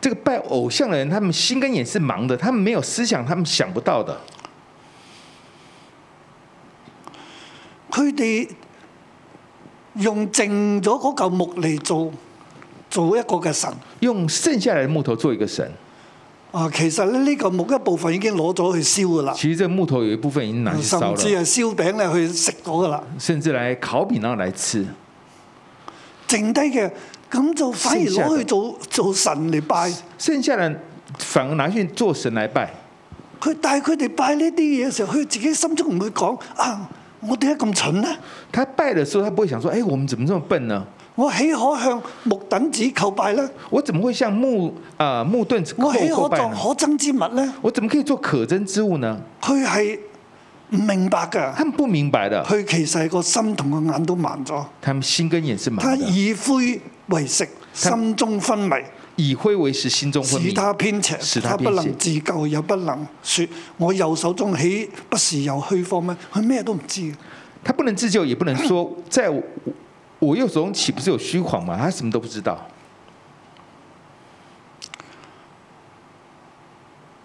S3: 这个拜偶像的人，他们心跟眼是盲的，他们没有思想，他们想不到的。
S2: 佢哋用剩咗嗰嚿木嚟做做一個嘅神
S3: 用剩下来的木头做一个神，
S2: 啊！其實咧呢嚿木一部分已經攞咗去燒噶啦，
S3: 其实这木头有一部分已经拿去烧
S2: 甚至
S3: 了，
S2: 係燒餅咧去食咗噶啦，
S3: 甚至来烤饼然后来吃，
S2: 剩低嘅咁就反而
S3: 剩下嘅
S2: 攞去做做神嚟拜，
S3: 剩下的反而拿去做神来拜。
S2: 佢但係佢哋拜呢啲嘢嘅時候，佢自己心中唔會講啊，我點解咁蠢呢？
S3: 他拜的时候，他不会想说：“哎，我们怎么这么笨呢？
S2: 我岂可向木等子叩拜呢？
S3: 我怎么会像木啊、木盾子
S2: 我豈
S3: 叩
S2: 可
S3: 拜
S2: 當
S3: 呢？
S2: 可憎之物呢？
S3: 我怎么可以做可憎之物呢？”
S2: 佢係唔明白㗎，
S3: 他们不明白的，
S2: 佢其實個心同個眼都盲咗，
S3: 他们心跟眼是盲
S2: 他
S3: 的，
S2: 以灰為食，心中昏迷，
S3: 以灰为食，心中
S2: 使
S3: 昏迷，
S2: 他偏邪，
S3: 使他
S2: 他
S3: 偏
S2: 不
S3: 邪
S2: 能自救，又不能説我右手中豈不是有虛方咩？佢咩都唔知嘅。
S3: 他不能自救，也不能说， 在我我右手中岂不是有虚谎吗？他什么都不知道。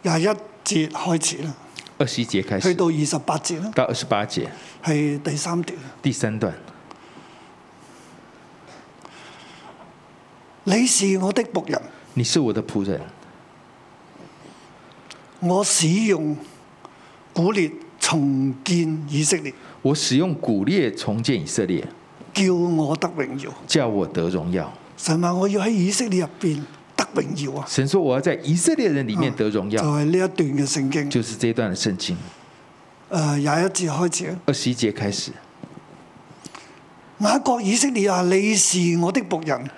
S2: 廿一節開始啦，
S3: 二十一节开
S2: 去
S3: 始
S2: 到二十八節啦，
S3: 到二十八节
S2: 係第三段。
S3: 第三段，
S2: 你是我的仆人，
S3: 你是我的仆人，
S2: 我使用古列重建以色列，
S3: 我使用骨裂重建以色列，
S2: 叫我得榮耀。
S3: 叫我得荣耀。
S2: 神話我要喺以色列入邊得榮耀啊！
S3: 神说我要在以色列人里
S2: 哦
S3: 面得荣
S2: 就
S3: 耀，
S2: 係呢一段嘅聖經，誒
S3: 就是这一段的圣经。
S2: 廿一節開始啊。
S3: 二十一节开始，
S2: 雅各以色列啊，你是我的仆人。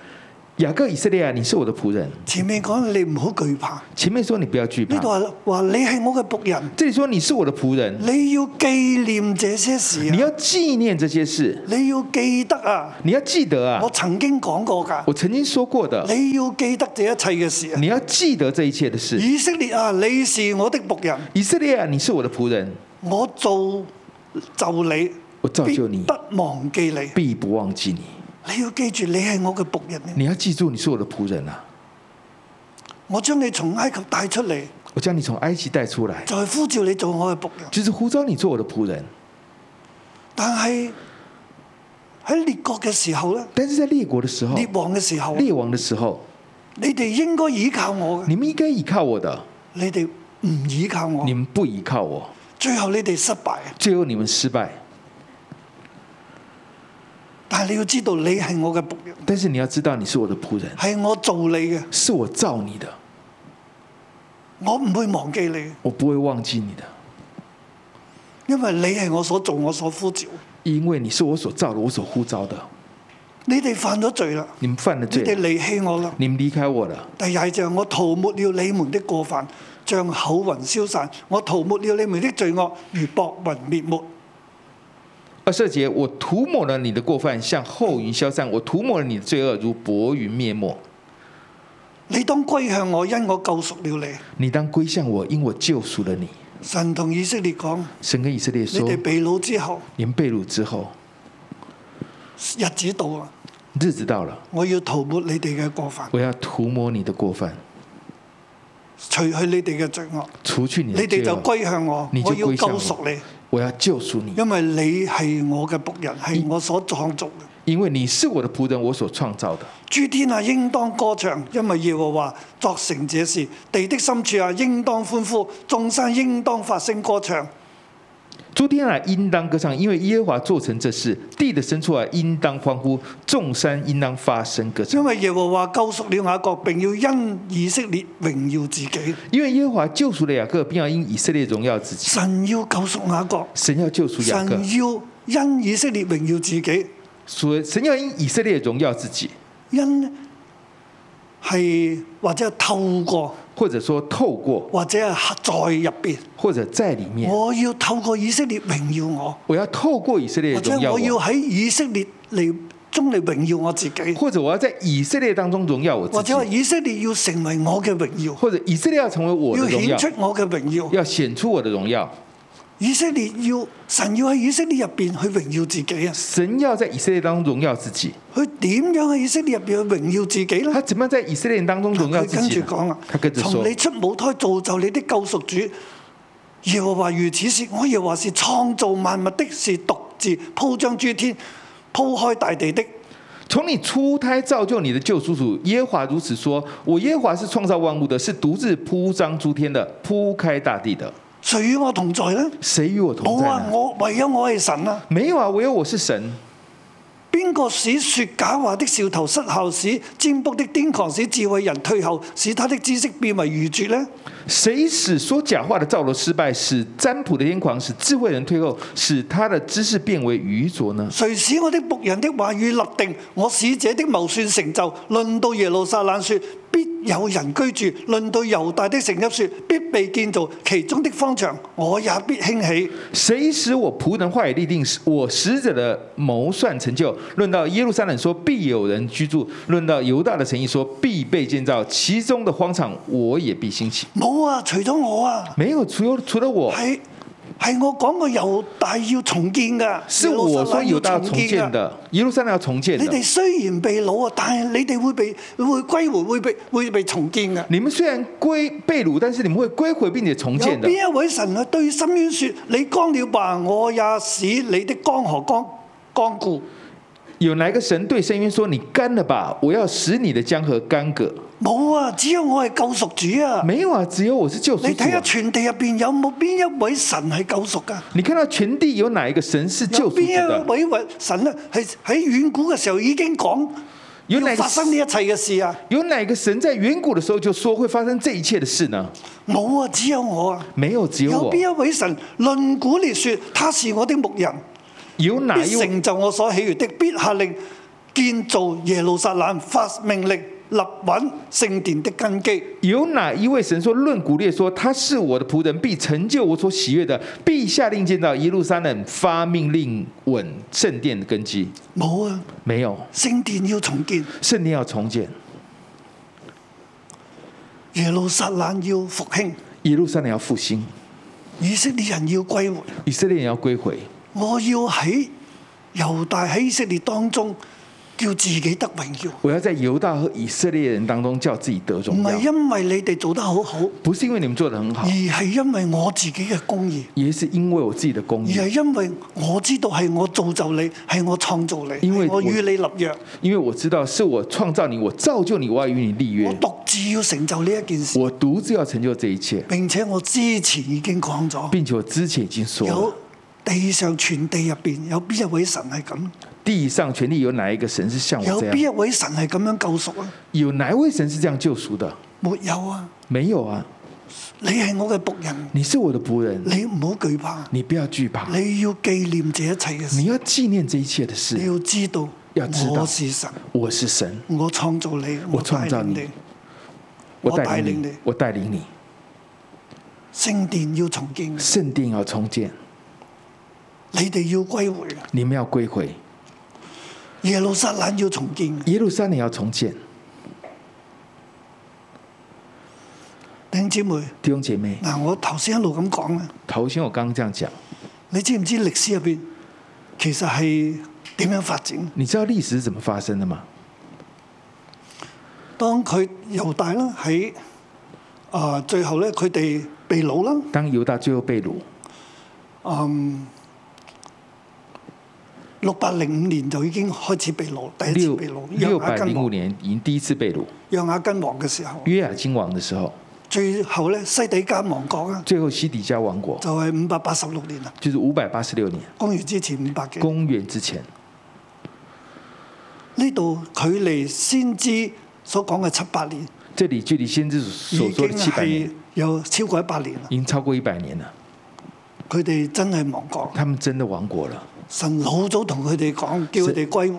S3: 雅各以色列啊，你是我的仆人。
S2: 前面講你唔好懼怕，
S3: 前面说你不要惧
S2: 呢
S3: 怕
S2: 度，話話你係我嘅仆人，
S3: 这里说你是我的仆人，
S2: 你要紀念這些事
S3: 你
S2: 啊，
S3: 要纪念这些事，
S2: 你要記得啊。
S3: 你要记得啊
S2: 我，曾經講過㗎，
S3: 我曾经说过的，
S2: 你要記得這一切嘅事啊。
S3: 你要记得这一切的事。
S2: 以色列啊，你是我的仆人，
S3: 以色列啊，你是我的仆人，
S2: 我造就你，
S3: 我造就你
S2: 必不忘記你。
S3: 必不忘记你。
S2: 你要記住，你係我嘅仆人啊。
S3: 你要记住，你是我的仆人啊！
S2: 我將你從埃及帶出嚟，
S3: 我将你从埃及带出来，
S2: 就係、呼召你做我嘅仆人。
S3: 就是呼召你做我的仆人。
S2: 但係喺列國嘅時候咧，
S3: 但是在列国的时候，
S2: 列王嘅時候，
S3: 哦列王的时候，
S2: 你哋應該倚靠我嘅，
S3: 你们应该依靠我的，
S2: 你哋唔倚靠我
S3: 你，们不依靠我，
S2: 最後你哋失敗。
S3: 最后你们失败。
S2: 但係你要知道，你係我嘅仆人，
S3: 但是你要知道，你是我的仆人，
S2: 係我做你嘅，
S3: 是我造你的，
S2: 我唔會忘記你嘅，
S3: 我不会忘记你的，
S2: 因為你係我所做，我所呼召。
S3: 因为你是我所造的，我所呼召的。
S2: 你哋犯咗罪啦，
S3: 你们犯了
S2: 你
S3: 罪
S2: 哋
S3: 了，
S2: 離棄我啦。
S3: 你们离开我了。
S2: 第二就係我塗抹了你們的過犯，像口雲消散；我塗抹了你們的罪惡，如薄雲滅沒。
S3: 二十二节，我涂抹了你的过犯，像后云消散；我涂抹了你的罪恶，如薄云灭没。
S2: 你當歸向我，因我救贖了你。
S3: 你当归向我，因我救赎了你。
S2: 神同以色列講：
S3: 神跟以色列
S2: 你
S3: 说
S2: 哋，被掳之後，
S3: 你们被掳之后，
S2: 日子到啦，
S3: 日子到了，
S2: 我要塗抹你哋嘅過犯，
S3: 我要涂抹你的过犯，
S2: 除去你哋嘅罪惡。
S3: 除去你
S2: 你
S3: 的
S2: 哋
S3: 罪
S2: 就
S3: 恶。
S2: 歸向我，
S3: 你就
S2: 我要
S3: 歸向我
S2: 救贖你，
S3: 我要救赎你，
S2: 因為你係我嘅仆人，係我所創造嘅。
S3: 因为你是我的仆人，我所創造的。
S2: 諸天啊，應當歌唱，因為耶和華作成這事；地的深處啊，應當歡呼，眾山應當發聲歌唱。
S3: 诸天啊，应当歌唱，因为耶和华做成这事；地的深处啊，应当欢呼；众山应当发声歌
S2: 因
S3: 唱，
S2: 為耶和華救贖了雅各，並要因以色列榮耀自己。
S3: 因为耶和华救赎了雅各，并要因以色列荣耀自己。
S2: 神要救贖雅各，
S3: 神要救赎雅
S2: 神
S3: 各，
S2: 要因以色列榮耀自己，
S3: 所以神要因以色列荣耀自己，
S2: 因係或者係透過，
S3: 或者说透过，
S2: 或者係在入邊。
S3: 或者在里面。
S2: 我要透過以色列榮耀我，
S3: 我要透过以色列
S2: 或者
S3: 荣耀
S2: 我要
S3: 我，
S2: 喺以色列嚟中嚟榮耀我自己。
S3: 或者我要在以色列当中荣耀我
S2: 或
S3: 自己
S2: 者，話以色列要成為我嘅榮耀，
S3: 或者以色列要成为我的
S2: 要
S3: 荣耀
S2: 顯，出我嘅榮耀。
S3: 要显出我的荣耀。
S2: 以色列要神要喺以色列入邊去榮耀自己啊！
S3: 神要在以色列当中荣耀自己，
S2: 佢點樣喺以色列入邊去榮耀自己
S3: 他
S2: 呢？
S3: 怎么样在以色列当中荣耀
S2: 佢
S3: 自
S2: 跟
S3: 己
S2: 住
S3: 呢？
S2: 講啦啊
S3: 他跟，着
S2: 從
S3: 说
S2: 你：出母胎造就你的救贖主。耶和華如此説：我耶和華是創造萬物的，是獨自鋪張諸天、鋪開大地的。
S3: 从你出胎造就你的救赎主耶和华如此说：我耶和华是创造万物的，是独自铺张诸天的，铺开大地的。
S2: 誰與我同在呢？
S3: 谁与我同
S2: 冇
S3: 在
S2: 啊！
S3: 呢？
S2: 我唯有我係神啊！
S3: 没有啊，唯有我是神，
S2: 邊個使説假話的兆頭失效，使占卜的癲狂，使智慧人退後，使他的知識變為愚拙呢？
S3: 谁使说假话的造楼失败，使占卜的癫狂，使智慧人退后，使他的知识变为愚拙呢？
S2: 誰使我的仆人的話語立定，我使者的謀算成就？論到耶路撒冷說，必有人居住；論到猶大的城邑說，必被建造，其中的方場我也必興起。
S3: 谁使我仆人话语立定，使我使者的谋算成就？论到耶路撒冷说必有人居住，论到犹大的诚意说必被建造，其中的荒场我也必兴起。
S2: 冇啊，除咗我啊，
S3: 没有，除有除了我，
S2: 係係我講過猶大要重建噶，
S3: 是
S2: 耶路撒
S3: 我说
S2: 冷
S3: 猶
S2: 要
S3: 大
S2: 重
S3: 重
S2: 建
S3: 建
S2: 㗎
S3: 的，耶路撒冷要重建
S2: 你
S3: 的
S2: 哋。雖然被掳啊，但係你哋會被會歸回，會被會被重建嘅。
S3: 你们虽然归被掳，但是你们会归回并且重
S2: 有
S3: 建的。
S2: 邊一位神啊對深淵說：你乾了吧，我也使你的江河乾乾固。
S3: 有哪一个神对深渊说：“你干了吧，我要使你的江河干涸。
S2: 冇啊，只有我係救贖主”啊！
S3: 没有啊，只有我是救赎
S2: 你
S3: 主
S2: 睇下
S3: 啊、
S2: 全地入邊有冇邊一位神係救贖噶？
S3: 你看到全地有哪一个神是救
S2: 有
S3: 赎主啊
S2: 邊
S3: 的
S2: 一？位位神咧係喺遠古嘅時候已經講
S3: 有哪
S2: 要
S3: 一个
S2: 發生呢一切嘅事啊？
S3: 有哪一个神在远古的时候就说会发生这一切的事呢？
S2: 冇啊，只有我啊！
S3: 没有，只有
S2: 有
S3: 我。
S2: 邊一位神論古列說他是我的牧人？
S3: 有哪
S2: 必
S3: 一位？
S2: 成就我所喜悦的，必下令建造耶路撒冷，發命令立穩聖殿的根基。
S3: 有哪一位神说论古列说他是我的仆人，必成就我所喜悦的，必下令见到耶路撒冷，发命令稳圣殿的根基？
S2: 冇啊，
S3: 没有，
S2: 聖殿要重建，
S3: 圣殿要重建，
S2: 耶路撒冷要復興，
S3: 耶路撒冷要复兴，
S2: 以色列人要歸回。
S3: 以色列人要归回。
S2: 我要喺猶大喺以色列當中，叫自己得榮耀。
S3: 我要在犹大和以色列人当中叫自己得
S2: 唔
S3: 荣
S2: 係
S3: 耀，
S2: 因為你哋做得好好，
S3: 不是因为你们做得很好
S2: 而，係因為我自己嘅公義，
S3: 也是因为我自己的公
S2: 而
S3: 义，
S2: 係因為我知道係我造就你，係我創造你，
S3: 因為
S2: 係我
S3: 我
S2: 與你立約，
S3: 因为我知道是我创造你，我造就你，我要与你立
S2: 我
S3: 约，
S2: 獨自要成就呢一件事。
S3: 我独自要成就这一切，
S2: 並且我之前已經講咗，
S3: 并且我之前已经说
S2: 有
S3: 了，
S2: 地上全地入邊有邊一位神係咁？
S3: 地上权力有哪一个神是像我
S2: 有
S3: 这
S2: 邊一
S3: 样？
S2: 位神係咁樣救贖啊？
S3: 有哪一位神是这样救赎的？
S2: 沒有啊！
S3: 没有啊！
S2: 你係我嘅仆人，
S3: 你是我的仆人，
S2: 你唔好懼怕，
S3: 你不要惧怕，
S2: 你要紀念這一切嘅
S3: 你
S2: 事，
S3: 要纪念这一切的
S2: 你
S3: 事。
S2: 要知道
S3: 要知道
S2: 我是神，
S3: 我是神，
S2: 我創造你，
S3: 我
S2: 帶
S3: 創造
S2: 領
S3: 你
S2: 你，
S3: 我
S2: 我
S3: 带领
S2: 带领
S3: 你
S2: 你，
S3: 我带领你，
S2: 聖殿要重建，
S3: 圣殿要重建，
S2: 你哋要歸回，
S3: 你们要归回，
S2: 耶路撒冷要重建。
S3: 耶路撒冷要重建。
S2: 弟兄姊妹，
S3: 弟兄姐妹，
S2: 嗱，我頭先一路咁講啊，
S3: 头先我剛剛這樣講，
S2: 你知唔知歷史入邊其實係點樣發展？
S3: 你知道歷史是怎麼發生的嗎？
S2: 當佢猶大啦，喺啊、最後咧，佢哋被掳啦，嗯
S3: 當猶大最後被擄，
S2: 六百零五年就已經開始被擄，第一次
S3: 六
S2: 哎被擄。
S3: 六
S2: 約
S3: 百
S2: 雅
S3: 零
S2: 斤
S3: 五
S2: 王，
S3: 年已經第一次被擄，
S2: 約雅斤王嘅時候，
S3: 約亞金王的時候，
S2: 最後咧西底家亡國啦，
S3: 最後西底家王國
S2: 就係五百八十六年啦，
S3: 就是五百八十六年，
S2: 公元之前五百幾。
S3: 公元之前，
S2: 呢度距離先知所講嘅七百年，
S3: 這裡距離先知
S2: 已
S3: 所
S2: 經
S3: 說的七百年
S2: 係有超過一百年啦。
S3: 已經超過一百年了，
S2: 佢哋真係亡國，
S3: 他們真的亡國了。
S2: 神老早同佢哋講，叫佢哋歸回，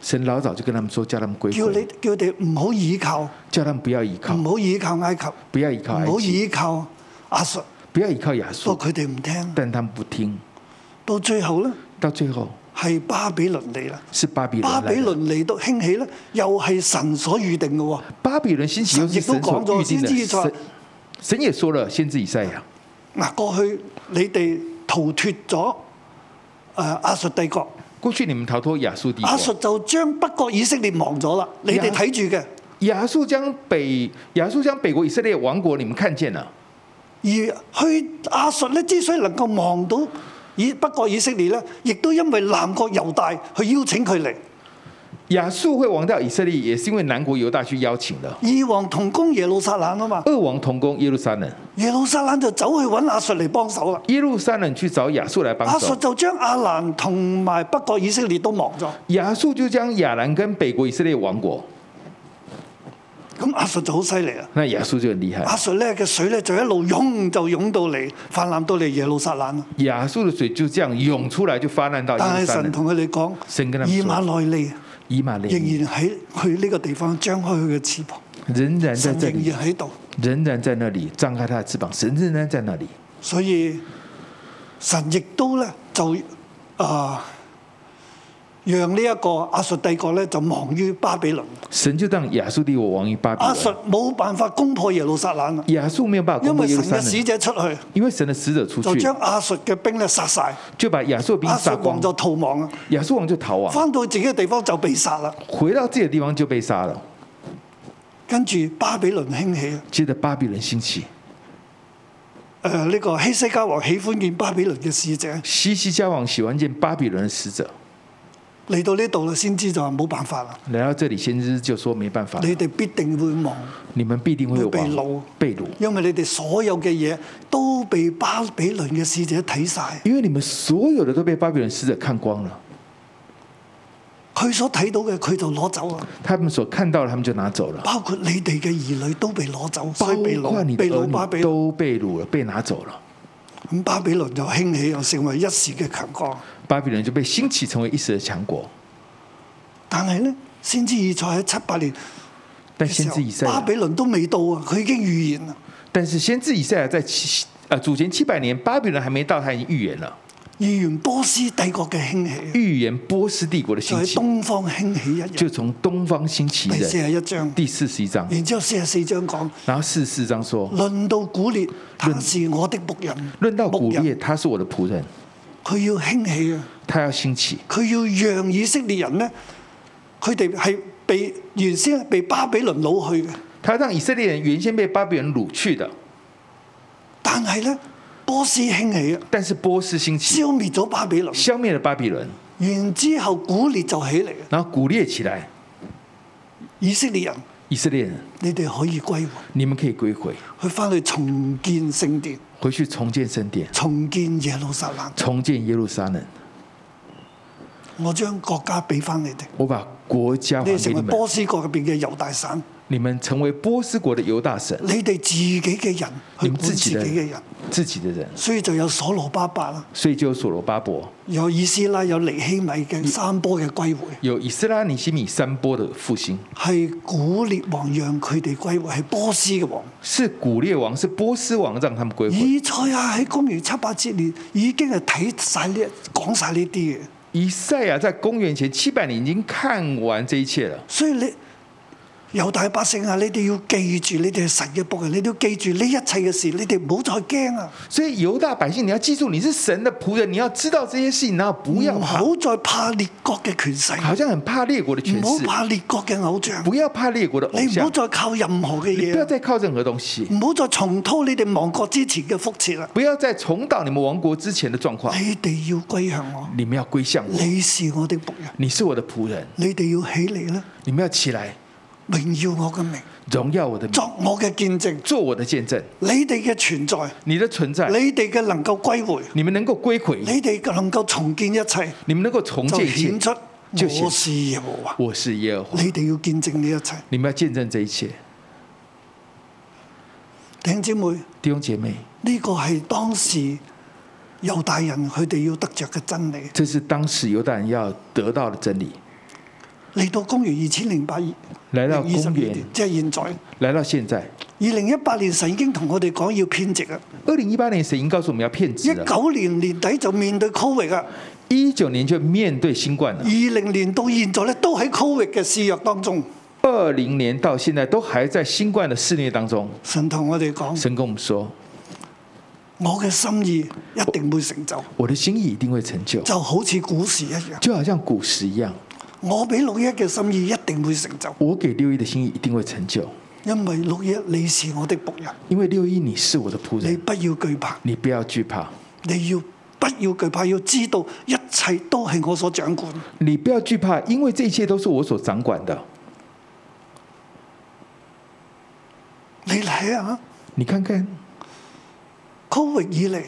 S3: 神老早就跟他們說，叫他們歸
S2: 叫你
S3: 回，
S2: 叫佢哋唔好倚靠，唔
S3: 叫他們不要依靠，
S2: 好倚靠埃及。
S3: 不要依靠埃
S2: 唔好
S3: 及，
S2: 倚靠阿述，
S3: 不要依靠亞
S2: 不
S3: 述，
S2: 過佢哋唔聽，
S3: 但他們不聽，
S2: 到最後咧
S3: 到最後
S2: 係巴比倫嚟啦。
S3: 是巴比倫
S2: 巴
S3: 來的
S2: 比倫嚟到興起咧，又係神所預定嘅喎。
S3: 巴比伦兴起又是神所
S2: 神亦
S3: 预定的
S2: 都講咗先知以賽
S3: 神神也说了，先知以赛亚，
S2: 嗱，過去你哋逃脱咗誒亞述帝國，
S3: 过去你们逃脱亚述帝
S2: 亞述
S3: 国，
S2: 就將北國以色列亡咗啦。你哋睇住嘅，
S3: 亚述将北亚述将北国以色列王国，你们看见了。
S2: 而去亞述咧之所以能夠亡到以北國以色列咧，亦都因為南國猶大去邀請佢嚟。
S3: 亚述会亡掉以色列，也是因为南国犹大去邀请的。
S2: 二王同攻耶路撒冷啊嘛，
S3: 二王同攻耶路撒冷，
S2: 耶路撒冷就走去揾阿述嚟幫手啦。
S3: 耶路撒冷去找亚述来帮
S2: 阿述
S3: 手。
S2: 就將阿蘭同埋北國以色列都亡咗，
S3: 亚述就将亚兰跟北国以色列亡国，
S2: 咁阿述就好犀利啦。
S3: 那亚述就很厉害。
S2: 阿述咧嘅水咧就一路湧就湧到嚟泛濫到嚟耶路撒冷啦。啊
S3: 亚述的水就这样涌出来，就发滥到耶
S2: 但
S3: 路
S2: 係
S3: 撒
S2: 神
S3: 冷。
S2: 同佢哋講，
S3: 神跟他
S2: 以
S3: 们
S2: 馬
S3: 说，
S2: 內利
S3: 以马内
S2: 仍
S3: 利
S2: 然喺佢呢個地方張開佢嘅翅膀，
S3: 仍然在
S2: 神
S3: 这
S2: 仍
S3: 里，
S2: 然喺度，
S3: 仍然在那里，张开他的翅膀，神仍然在那里。
S2: 所以神亦都咧就啊、讓呢一個阿述帝國咧就亡於巴比倫。
S3: 神就让亚述帝国亡于巴比
S2: 阿述
S3: 伦。
S2: 啊冇辦法攻破耶路撒冷啦，
S3: 亚述没有办法
S2: 因
S3: 攻破
S2: 為
S3: 耶
S2: 神
S3: 路撒
S2: 嘅使
S3: 冷，
S2: 者出去
S3: 因为神的使者出
S2: 就
S3: 去，
S2: 將阿述嘅兵咧殺晒，
S3: 就把亚述兵
S2: 阿述
S3: 杀
S2: 王
S3: 光，啊
S2: 就逃亡啦，
S3: 亚述王就逃亡，
S2: 翻到自己嘅地方就被殺啦。
S3: 回到自己的地方就被杀了。
S2: 跟住巴比倫興起，啊誒、
S3: 接着巴比伦兴起，
S2: 呃呢、個希西家王喜歡見巴比倫嘅使者
S3: 西西家王喜欢见巴比伦的使者，
S2: 嚟到呢度啦，先知就話冇辦法啦，
S3: 来到这里，先知就说没办法，
S2: 你哋必定會亡，
S3: 你们必定会
S2: 会被
S3: 亡
S2: 掳
S3: 被掳，
S2: 因為你哋所有嘅嘢都被巴比倫嘅使者睇晒，
S3: 因为你们所有的都被巴比伦使者看光了，
S2: 佢所睇到嘅佢就攞走啦，
S3: 他们所看到的，他们就拿走了，
S2: 包括你哋嘅兒女都被攞走，
S3: 包
S2: 所以被
S3: 括你
S2: 掳，
S3: 的
S2: 被
S3: 儿
S2: 掳巴
S3: 女
S2: 比倫。
S3: 都被掳了，被拿走了。
S2: 咁巴比倫就興起，又成為一時嘅強國。
S3: 巴比伦就被兴起成为一时的强国，
S2: 但係咧，先知以賽喺七八年
S3: 但
S2: 嘅時
S3: 先
S2: 候
S3: 知以赛
S2: 巴
S3: 亚
S2: 比倫都未到啊，佢已經預言啦。
S3: 但是先知以赛亚在七呃主前七百年，巴比伦还没到，他已经预言了，
S2: 預言波斯帝國嘅興起，
S3: 预言波斯帝国的
S2: 就
S3: 兴
S2: 喺
S3: 起，
S2: 東方興起一
S3: 就
S2: 日。
S3: 从东方兴起
S2: 第四
S3: 人。
S2: 十一章，
S3: 第四十一章，
S2: 然之後四十四章講，
S3: 然后四十四章说，
S2: 論到古列，他是我的仆人。
S3: 论到
S2: 牧
S3: 古列，
S2: 人，
S3: 他是我的仆人，
S2: 佢要興起啊！
S3: 他要兴起，
S2: 佢要讓以色列人咧，佢哋係被原先係被巴比倫掳去嘅，
S3: 他让以色列人原先被巴比伦掳去的，
S2: 但係咧波斯興起啊，
S3: 但是波斯兴起，
S2: 消滅咗巴比倫。
S3: 消灭了巴比伦，
S2: 然之後古列就起嚟，
S3: 然后鼓列起来，
S2: 以色列人，
S3: 以色列人，
S2: 你哋可以歸回，
S3: 你们可以归回，
S2: 去翻去重建聖殿，
S3: 回去重建圣殿，
S2: 重建耶路撒冷。
S3: 重建耶路撒冷，
S2: 我將國家俾翻你哋，
S3: 我把国家
S2: 你
S3: 还
S2: 哋
S3: 给
S2: 成為
S3: 你们，
S2: 波斯國入邊嘅猶大省，
S3: 你们成为波斯国的犹大省，
S2: 你哋自己嘅人去
S3: 你
S2: 管
S3: 们自
S2: 自己
S3: 己的
S2: 嘅人，
S3: 自己的人，
S2: 所以就有所羅巴伯啦，
S3: 所以就有所罗巴伯，
S2: 有以斯拉，有尼希米
S3: 嗯
S2: 嘅三波嘅歸回，
S3: 有以斯拉尼西米三波的复兴，
S2: 係古列王讓佢哋歸回，係波斯嘅王。
S3: 是古列王，是波斯王让他们归回。
S2: 以賽亞喺公元七八千年已經係睇晒呢講晒呢啲嘅。
S3: 以赛亚在公元前七百年已经看完这一切了，
S2: 所以你猶大百姓啊，你哋要記住，你哋係神嘅仆人，你哋要記住呢一切嘅事，你哋唔好再驚啊，
S3: 所以犹大百姓，你要记住，你是神的仆人，你要知道这些事情，然后不要
S2: 唔
S3: 怕，
S2: 好再怕列國嘅權勢，
S3: 好像很怕列国的权
S2: 唔好
S3: 势，
S2: 怕列國嘅偶像，
S3: 不要怕列国的偶
S2: 你唔好
S3: 像，
S2: 再靠任何嘅
S3: 你不要
S2: 嘢，
S3: 再靠任何东西，
S2: 唔好再重蹈你哋亡國之前嘅覆轍啦。啊
S3: 不要再重蹈你们亡国之前的状况，
S2: 你哋要歸向我，
S3: 你们要归向我，
S2: 你是我的仆人，
S3: 你是我的仆人，
S2: 你哋要起嚟啦，
S3: 你们要起来，
S2: 榮耀我嘅名，
S3: 荣耀我的名，
S2: 作我嘅見證，
S3: 做我的见证，
S2: 你哋嘅存在，
S3: 你的存在，
S2: 你哋嘅能夠歸回，
S3: 你们能够归回，
S2: 你哋能夠重建一切。
S3: 你们能够重
S2: 就
S3: 建一
S2: 顯
S3: 切。
S2: 出我是耶和華。
S3: 我是耶和华，
S2: 你哋要見證呢一切，
S3: 你们要见证这一切，
S2: 弟兄姊妹，
S3: 弟兄姐妹。
S2: 呢、個係當時猶大人佢哋要得着嘅真理。
S3: 这是当时犹大人要得到的真理。
S2: 嚟到公元二千零八二
S3: 來到
S2: 二十二
S3: 公元
S2: 年，即係現在二
S3: 来到现在，
S2: 零一八年，神已經同我哋講要編值啊！
S3: 二零一八年神已经告诉我们要骗
S2: 一
S3: 子了，
S2: 九年年底就面對 Covid 啊，
S3: 一九年就面对新冠了
S2: 二，零年到現在咧都喺 Covid 嘅肆虐當中。
S3: 二零年到现在都还在新冠的肆虐当中。
S2: 神同我哋講：
S3: 神跟我们说，
S2: 我嘅心意一定會成就，
S3: 我的心意一定会成就，
S2: 就好似股市一樣。
S3: 就好像古时一样，
S2: 我俾六一嘅心意一定會成就。
S3: 我给六一的心意一定会成就，
S2: 因为六一你是我的仆人，
S3: 因为六一你是我的仆
S2: 你
S3: 人，
S2: 不要惧怕，
S3: 你不要惧怕，
S2: 你要不要懼怕，要知道一切都係我所掌管。
S3: 你不要惧怕，因为这一切都是我所掌管的。
S2: 你睇下，
S3: 你看看，
S2: covid 以嚟，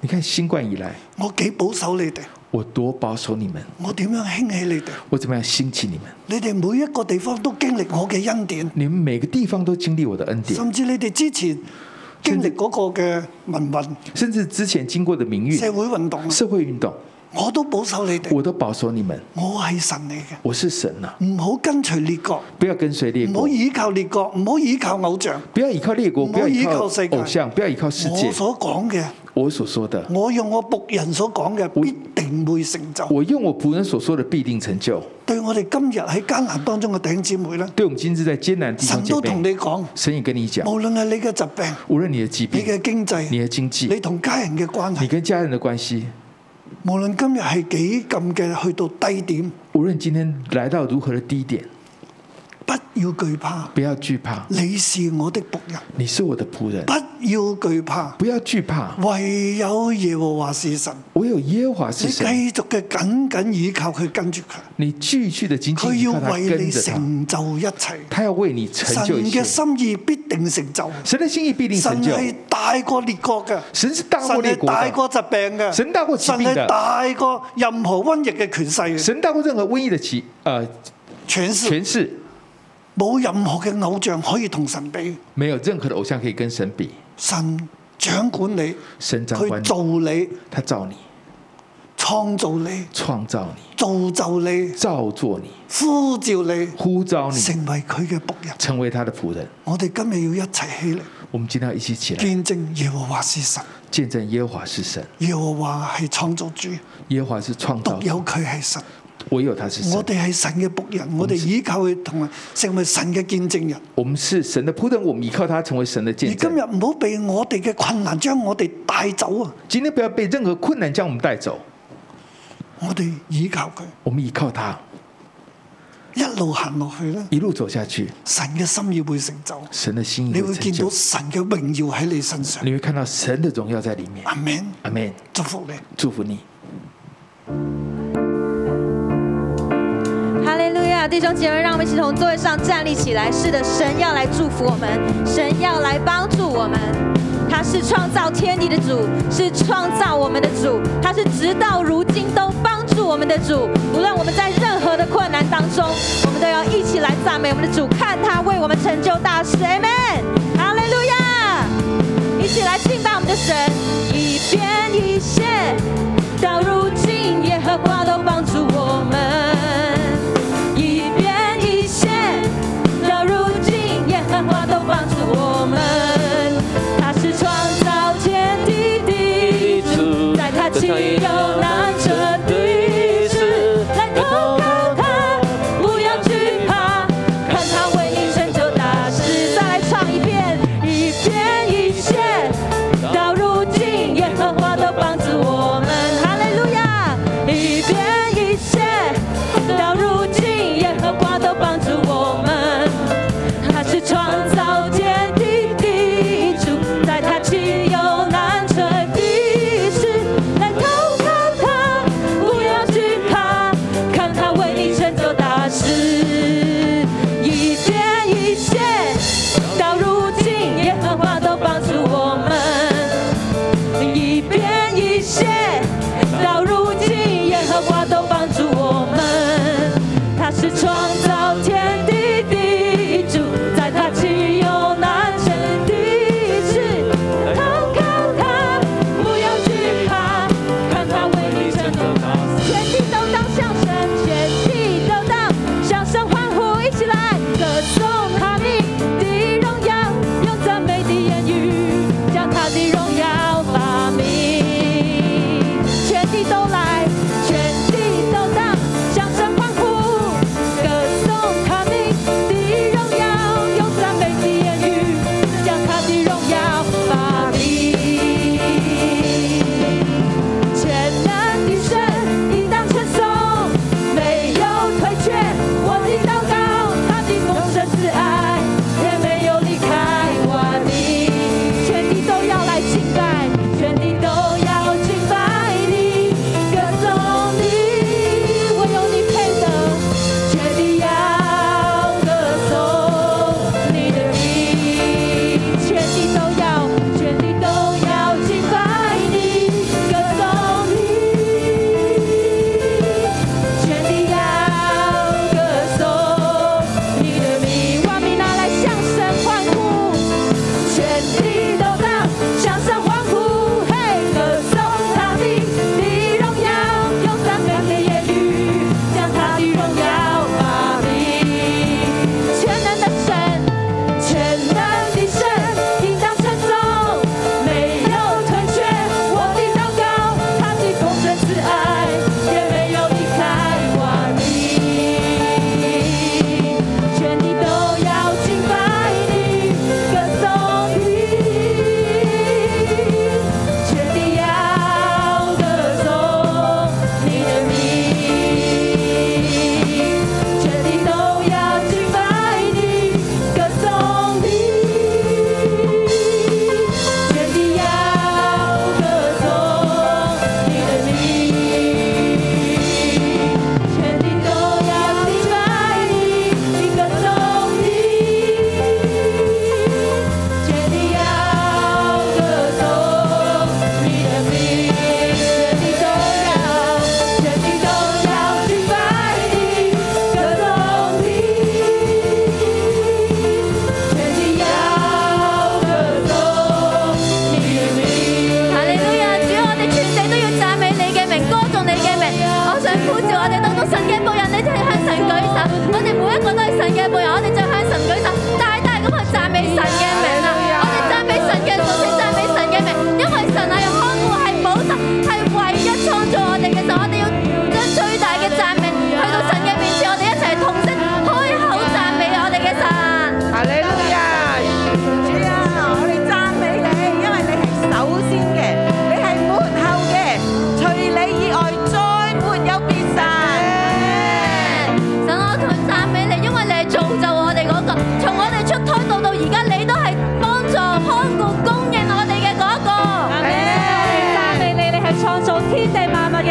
S3: 你看新冠以来，
S2: 我幾保守你哋，
S3: 我多保守你们，
S2: 我點樣興起你哋？
S3: 我怎么样兴起你们？
S2: 你哋每一個地方都經歷我嘅恩典，
S3: 你们每个地方都經歷我的恩典，
S2: 甚至你哋之前經歷嗰個嘅民運、
S3: 甚至之前經過的民運、
S2: 社會運動，
S3: 社會運動，
S2: 我都保守你哋。
S3: 我都保守你們。
S2: 我係神嚟嘅，
S3: 我是神呐、
S2: 唔好跟隨列國，
S3: 不要跟隨列
S2: 唔好
S3: 國，
S2: 依靠列國，唔好依靠偶像。
S3: 不要依靠列国，
S2: 唔
S3: 不
S2: 好
S3: 要依靠
S2: 依靠世界
S3: 偶像，不要依靠世界
S2: 我。所講嘅，
S3: 我所說的，
S2: 我用我仆人所講嘅，必定會成就。
S3: 我用我仆人所說的必定成就。
S2: 對我哋今日喺艱難當中嘅弟兄姊妹咧，
S3: 對我們今日在艱難的地
S2: 神
S3: 方姐
S2: 都同
S3: 妹，
S2: 你講，
S3: 神也跟你講，
S2: 無論係你嘅疾病、
S3: 無論你的疾
S2: 你
S3: 病、
S2: 嘅經
S3: 你
S2: 濟、
S3: 的經濟、
S2: 你同家人嘅關
S3: 你
S2: 係，
S3: 跟家人的關係，
S2: 無論今日係幾咁嘅去到低點，
S3: 無論今天來到如何的低點，
S2: 不要懼怕。
S3: 不要懼怕，
S2: 你是我的仆人，
S3: 你是我的仆人
S2: 不，要懼怕，
S3: 不要懼怕，
S2: 唯有耶和華是神。
S3: 我有耶和華
S2: 你
S3: 是神。
S2: 繼續嘅緊緊倚靠佢，跟住佢，
S3: 你继续的紧紧
S2: 佢
S3: 依
S2: 要
S3: 靠他，
S2: 為
S3: 跟
S2: 你
S3: 着他，
S2: 成就一切。
S3: 他要为你成
S2: 神
S3: 就一切
S2: 嘅。心意必定成就。
S3: 神的心意必定成
S2: 神
S3: 就。
S2: 係大過列國嘅，
S3: 神是大
S2: 神
S3: 过列
S2: 係
S3: 国
S2: 大
S3: 的，
S2: 過疾病嘅，
S3: 神大過疾病嘅
S2: 神係大過任何瘟疫嘅權勢嘅，
S3: 神大过任何瘟疫的其呃
S2: 全是
S3: 权势，
S2: 冇任何嘅偶像可以同神比。
S3: 没有任何的偶像可以跟神比。
S2: 神掌管你，
S3: 神掌
S2: 佢
S3: 管你，
S2: 做你，
S3: 他造你，
S2: 創造你，
S3: 创造你，
S2: 造就你，
S3: 造作你，
S2: 呼召你，
S3: 呼召你，
S2: 成為佢嘅仆人。
S3: 成为他的仆人。
S2: 我哋今日要一齊起嚟，
S3: 我们今天要一起起来
S2: 見證耶和華是神，
S3: 见证耶和华是神，
S2: 耶和華係創造主，
S3: 耶和华是创造
S2: 獨有
S3: 主，
S2: 佢係神。
S3: 唯有他是
S2: 我
S3: 神。
S2: 哋係神嘅仆人，我哋依靠佢同埋成為神嘅見證人。
S3: 我们是神的仆人，我们依靠他成为神的
S2: 而
S3: 见
S2: 今日
S3: 证。
S2: 唔好被我哋嘅困難將我哋帶走啊！
S3: 今天不要被任何困难将我们带走，
S2: 我哋倚靠佢，
S3: 我们依靠他。
S2: 一路行落去咧，
S3: 一路走下去，
S2: 神嘅心意會成就，
S3: 神的心意
S2: 你
S3: 会
S2: 會
S3: 成
S2: 見
S3: 就
S2: 到，神嘅榮耀喺你身上。
S3: 你会看到神的荣耀在里面。
S2: 阿 Man，
S3: 阿门，
S2: 祝福你。
S3: 祝福你。
S4: 哈利路亚，弟兄姐妹，让我们一起从座位上站立起来。是的，神要来祝福我们，神要来帮助我们。他是创造天地的主，是创造我们的主，他是直到如今都帮助我们的主。无论我们在任何的困难当中，我们都要一起来赞美我们的主，看他为我们成就大事。Amen。哈利路亚。一起来敬拜我们的神，一变一线，到如今耶和华都帮助我们，一变一线，到如今耶和华都帮助我们，他是创造天地的主，在他岂有难成的事？来投靠他，不要惧怕，看他为你成就大事。再来唱一遍，一遍。啊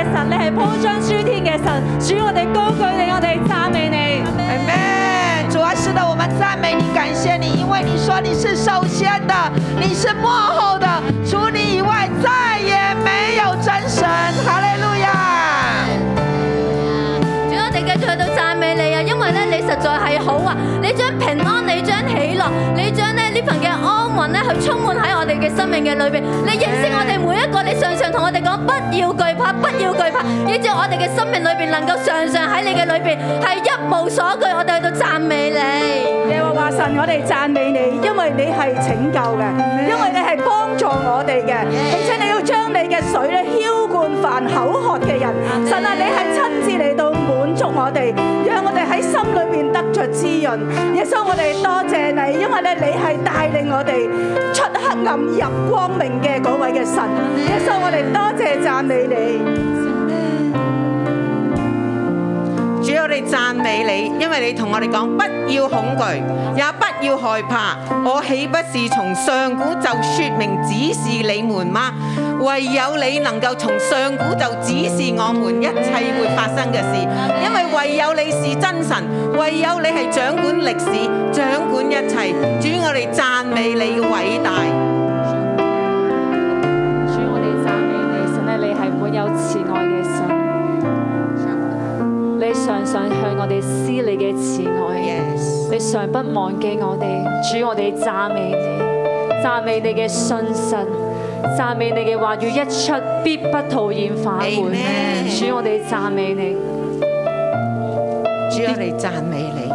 S5: 神，你係鋪張諸天嘅神，主我哋高舉你，我哋讚美你。
S6: Amen。主啊，是的，我们赞美你，感谢你，因为你说你是首先的，你是幕后的，除你以外再也没有真神。哈利路亚。
S4: 主，我哋繼續去到讚美你啊，因為咧你實在係好啊，你將平安，你將喜樂，你將咧呢份嘅安穩咧去充滿喺我哋嘅生命嘅裏邊。你認識我哋每一個，你常常同我哋講不要懼怕，不要懼怕，以至我哋嘅生命裏邊能夠常常喺你嘅裏邊係一無所懼。我哋去到讚美你。
S7: 耶和華神，我哋讚美你，因為你係拯救嘅，因為你係幫助我哋嘅，並且你要將你嘅水咧浇灌凡口渴嘅人。神啊，你係親自嚟到滿足我哋，讓我哋喺心裏邊得着滋潤。耶穌，我哋多謝你，因為咧你係帶領我哋出黑暗入光明嘅嗰位嘅神。耶穌，我哋多謝讚美你。
S6: 主我哋讚美你，因為你同我哋講不要恐懼，也不要害怕。我豈不是從上古就說明指示你們嗎？唯有你能夠從上古就指示我們一切會發生嘅事，因為唯有你是真神，唯有你係掌管歷史、掌管一切。主我哋讚美你嘅偉大。
S8: 主，我哋讚美你，神咧，你係滿有慈愛嘅神，你常常向我哋施你嘅慈愛，你常不忘記我哋。主，我哋讚美你，讚美你嘅信實，讚美你嘅話語一出，必不徒然返回。
S6: Amen
S8: 主，我哋讚美你。
S6: 主，我哋讚美你，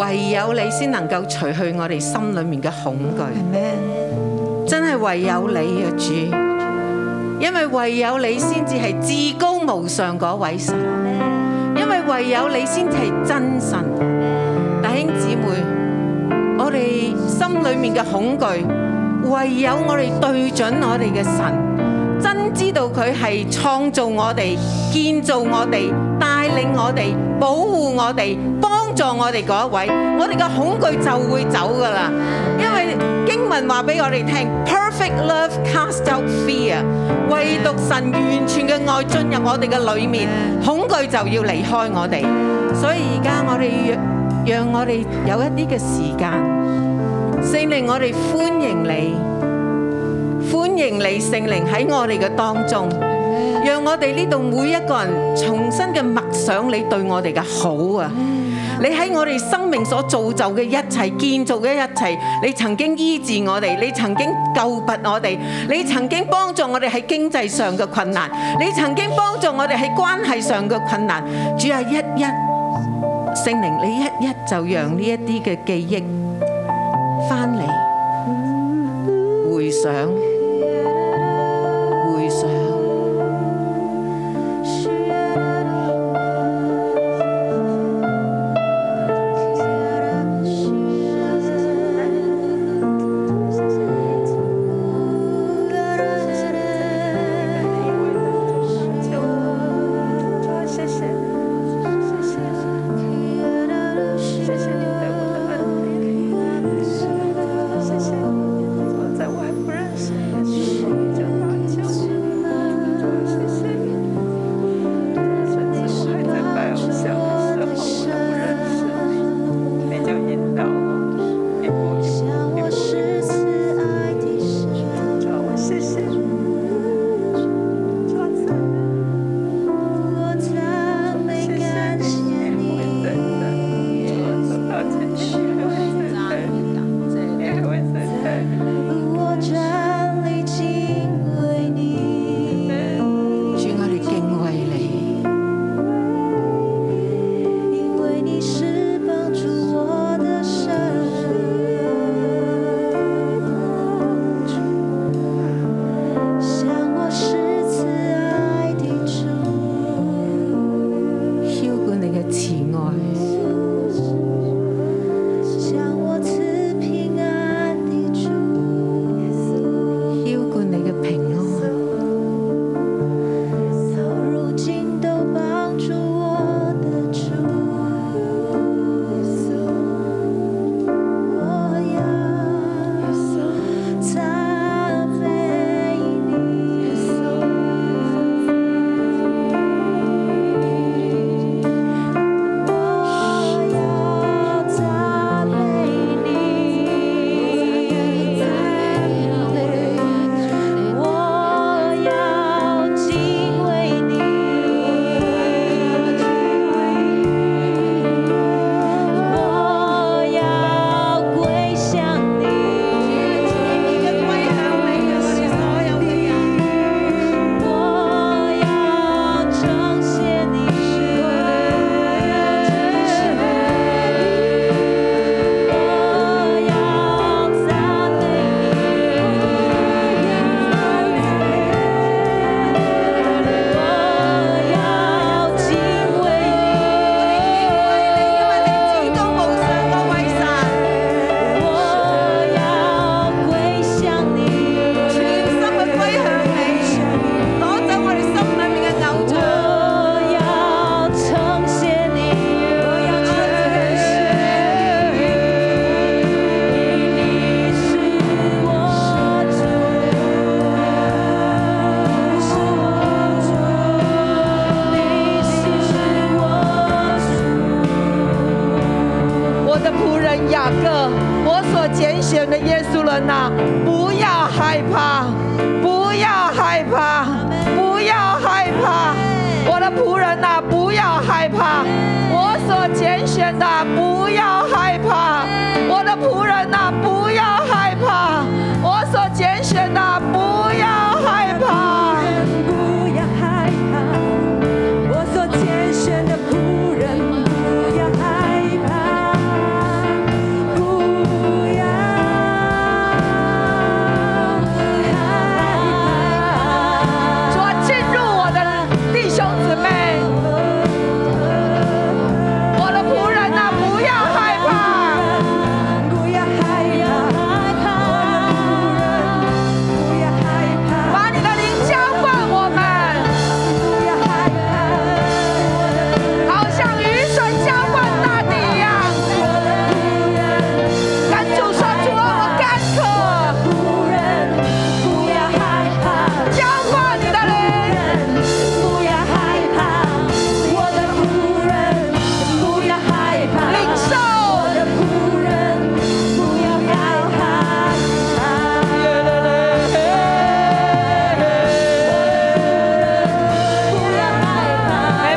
S6: 唯有你先能夠除去我哋心裏面嘅恐懼。真係唯有你啊，主，因為唯有你先至係至高無上嗰位神，因為唯有你先至係真神。弟兄姊妹，我哋心裏面嘅恐懼，唯有我哋對準我哋嘅神。真知道佢係創造我哋、建造我哋、帶領我哋、保護我哋、幫助我哋嗰一位，我哋嘅恐懼就會走噶啦。因為經文話俾我哋聽，perfect love cast out fear，唯獨神完全嘅愛進入我哋嘅裏面，恐懼就要離開我哋。所以而家我哋讓讓我哋有一啲嘅時間，聖靈，我哋歡迎你。歡迎你聖靈喺我哋嘅當中，讓我哋呢度每一個人重新嘅默想你對我哋嘅好啊！你喺我哋生命所造就嘅一切、建造嘅一切，你曾經醫治我哋，你曾經救拔我哋，你曾經幫助我哋喺經濟上嘅困難，你曾經幫助我哋喺關係上嘅困難。主啊，一一聖靈，你一一就讓呢一啲嘅記憶翻嚟。回想，回想。
S9: 谢谢你对我的爱。雅各，我所拣选的耶稣人呐、不要害怕，不要害怕，不要害怕，我的仆人呐、不要害怕，我所拣选的，啊不要害怕，我的仆人呐、不要害怕，我所拣选的，啊不要害怕。
S8: 不要害怕，我所拣选的仆人不要害怕，不要害
S9: 主啊，进入我的弟兄姊妹，我的仆人呐、不要害怕，
S8: 怕，不要害怕，不要害怕。
S9: 把你的灵浇灌我们，
S8: 不要害怕，
S9: 好像雨水浇灌大地一样。跟主说，主啊，我干渴，
S8: 仆人不要害怕，
S9: 浇灌你的灵，
S8: 不要害怕，我的仆人不要害怕，
S9: 领受
S8: 我的仆人不要害怕。不要害怕，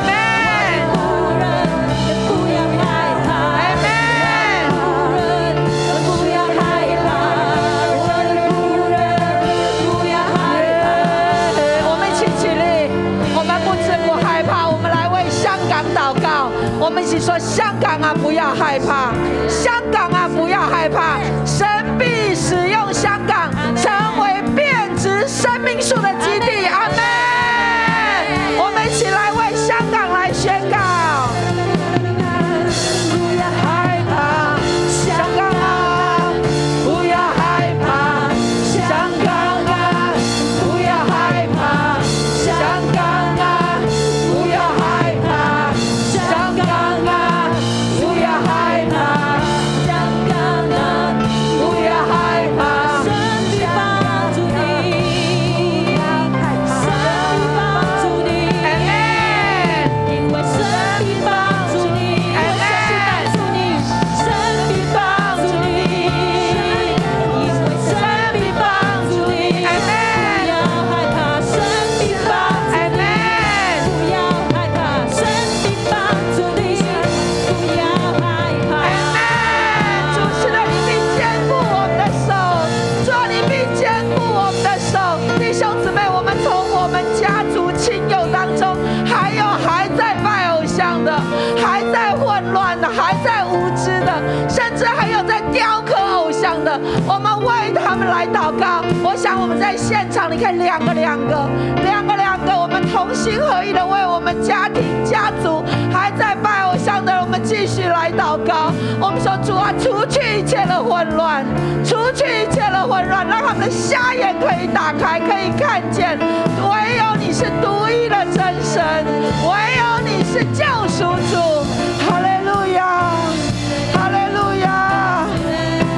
S9: 妹妹，
S8: 仆人不要害怕。
S9: 妹妹。
S8: 仆人不要害怕，我的仆人不要害怕。
S9: 我们一起起立，我们不知不害怕，我们来为香港祷告。我们一起说：香港啊，不要害怕！香港啊，不要害怕！神必使用香港成为变质生命树的基地。阿门！我们一起来为香港来宣告。不要害怕，香港啊！不要害怕，香港啊！不要害怕，香港啊！不要害怕，香港啊！不要害怕，香港啊！不要害怕，
S8: 神必帮助你，神必帮助你，
S9: 阿妹，
S8: 因为神必帮助你，神必帮助你，因为神必帮助你，不要害怕，神必帮助
S9: 阿
S8: 你。
S9: 妹。
S8: 不要害怕，神必帮助你，不要害怕。
S9: 主是的，你必坚固我们的手，主啊，你必坚固我们的手。弟兄姊妹，我们从我们家族亲友当中，还有还在拜偶像的，还在混乱的，还在无知的，甚至还有在雕刻偶像的，我们为他们来祷告。我想我们在现场，你可以两个两个，两个两个，我们同心合意的为我们家庭、家族还在拜偶像的人，我们继续来祷告。我们说主啊，除去一切的混乱，除去一切的混乱，让他们的瞎眼可以打开，可以看见，唯有你是独一的真神，唯有你是救赎主。哈利路亚，哈利路亚，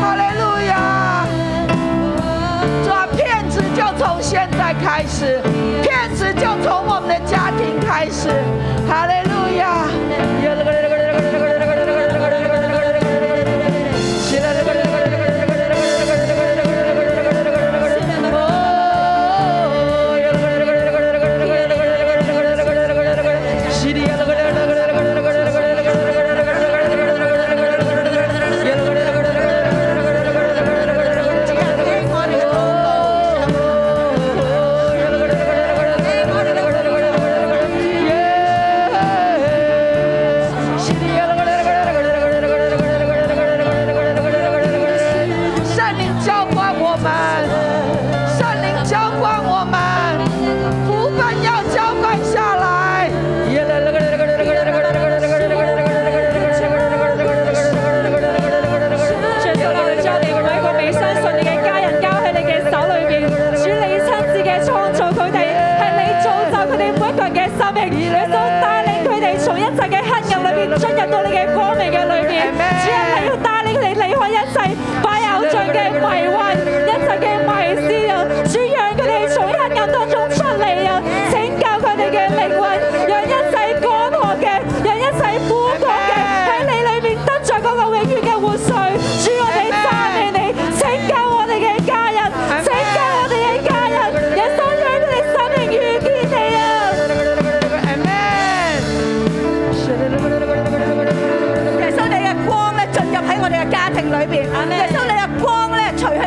S9: 哈利路亚。主啊，骗子就从现在开始，骗子就从我们的家庭开始。哈利路亚！圣灵浇灌我们，圣灵浇灌我们，福分要浇灌下来。
S10: 主就我哋將你每一個未相信你嘅家人交喺你嘅手裏邊，主你親自嘅創造佢哋，係你造就佢哋每一個人嘅生命，你都帶領佢哋從一切嘅黑暗裏邊進入到你嘅光明嘅裏邊。主啊，你要帶領佢哋離開一切拜偶像嘅迷惑，一切嘅迷思啊！主讓佢哋從黑暗當中出嚟啊！拯救佢哋嘅靈魂，讓一切乾渴嘅，讓一切枯乾嘅喺你裏面得着嗰個永遠嘅活水。主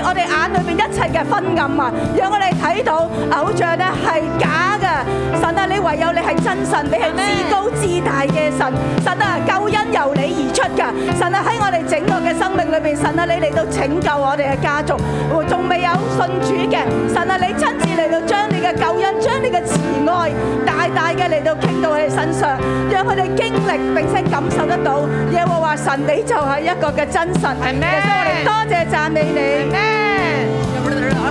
S7: 昏暗啊，讓我哋睇到偶像咧係假嘅。神啊，你唯有你係真神，你係至高至大嘅神。神啊，救恩由你而出㗎。神啊，喺我哋整個嘅生命裏邊，神啊，你嚟到拯救我哋嘅家族，仲未有信主嘅，神啊，你親自嚟到將你嘅救恩、將你嘅慈愛大大嘅嚟到傾到佢哋身上，讓佢哋經歷並且感受得到。耶和華神，你就係一個嘅真神。耶穌，我哋多謝讚美你。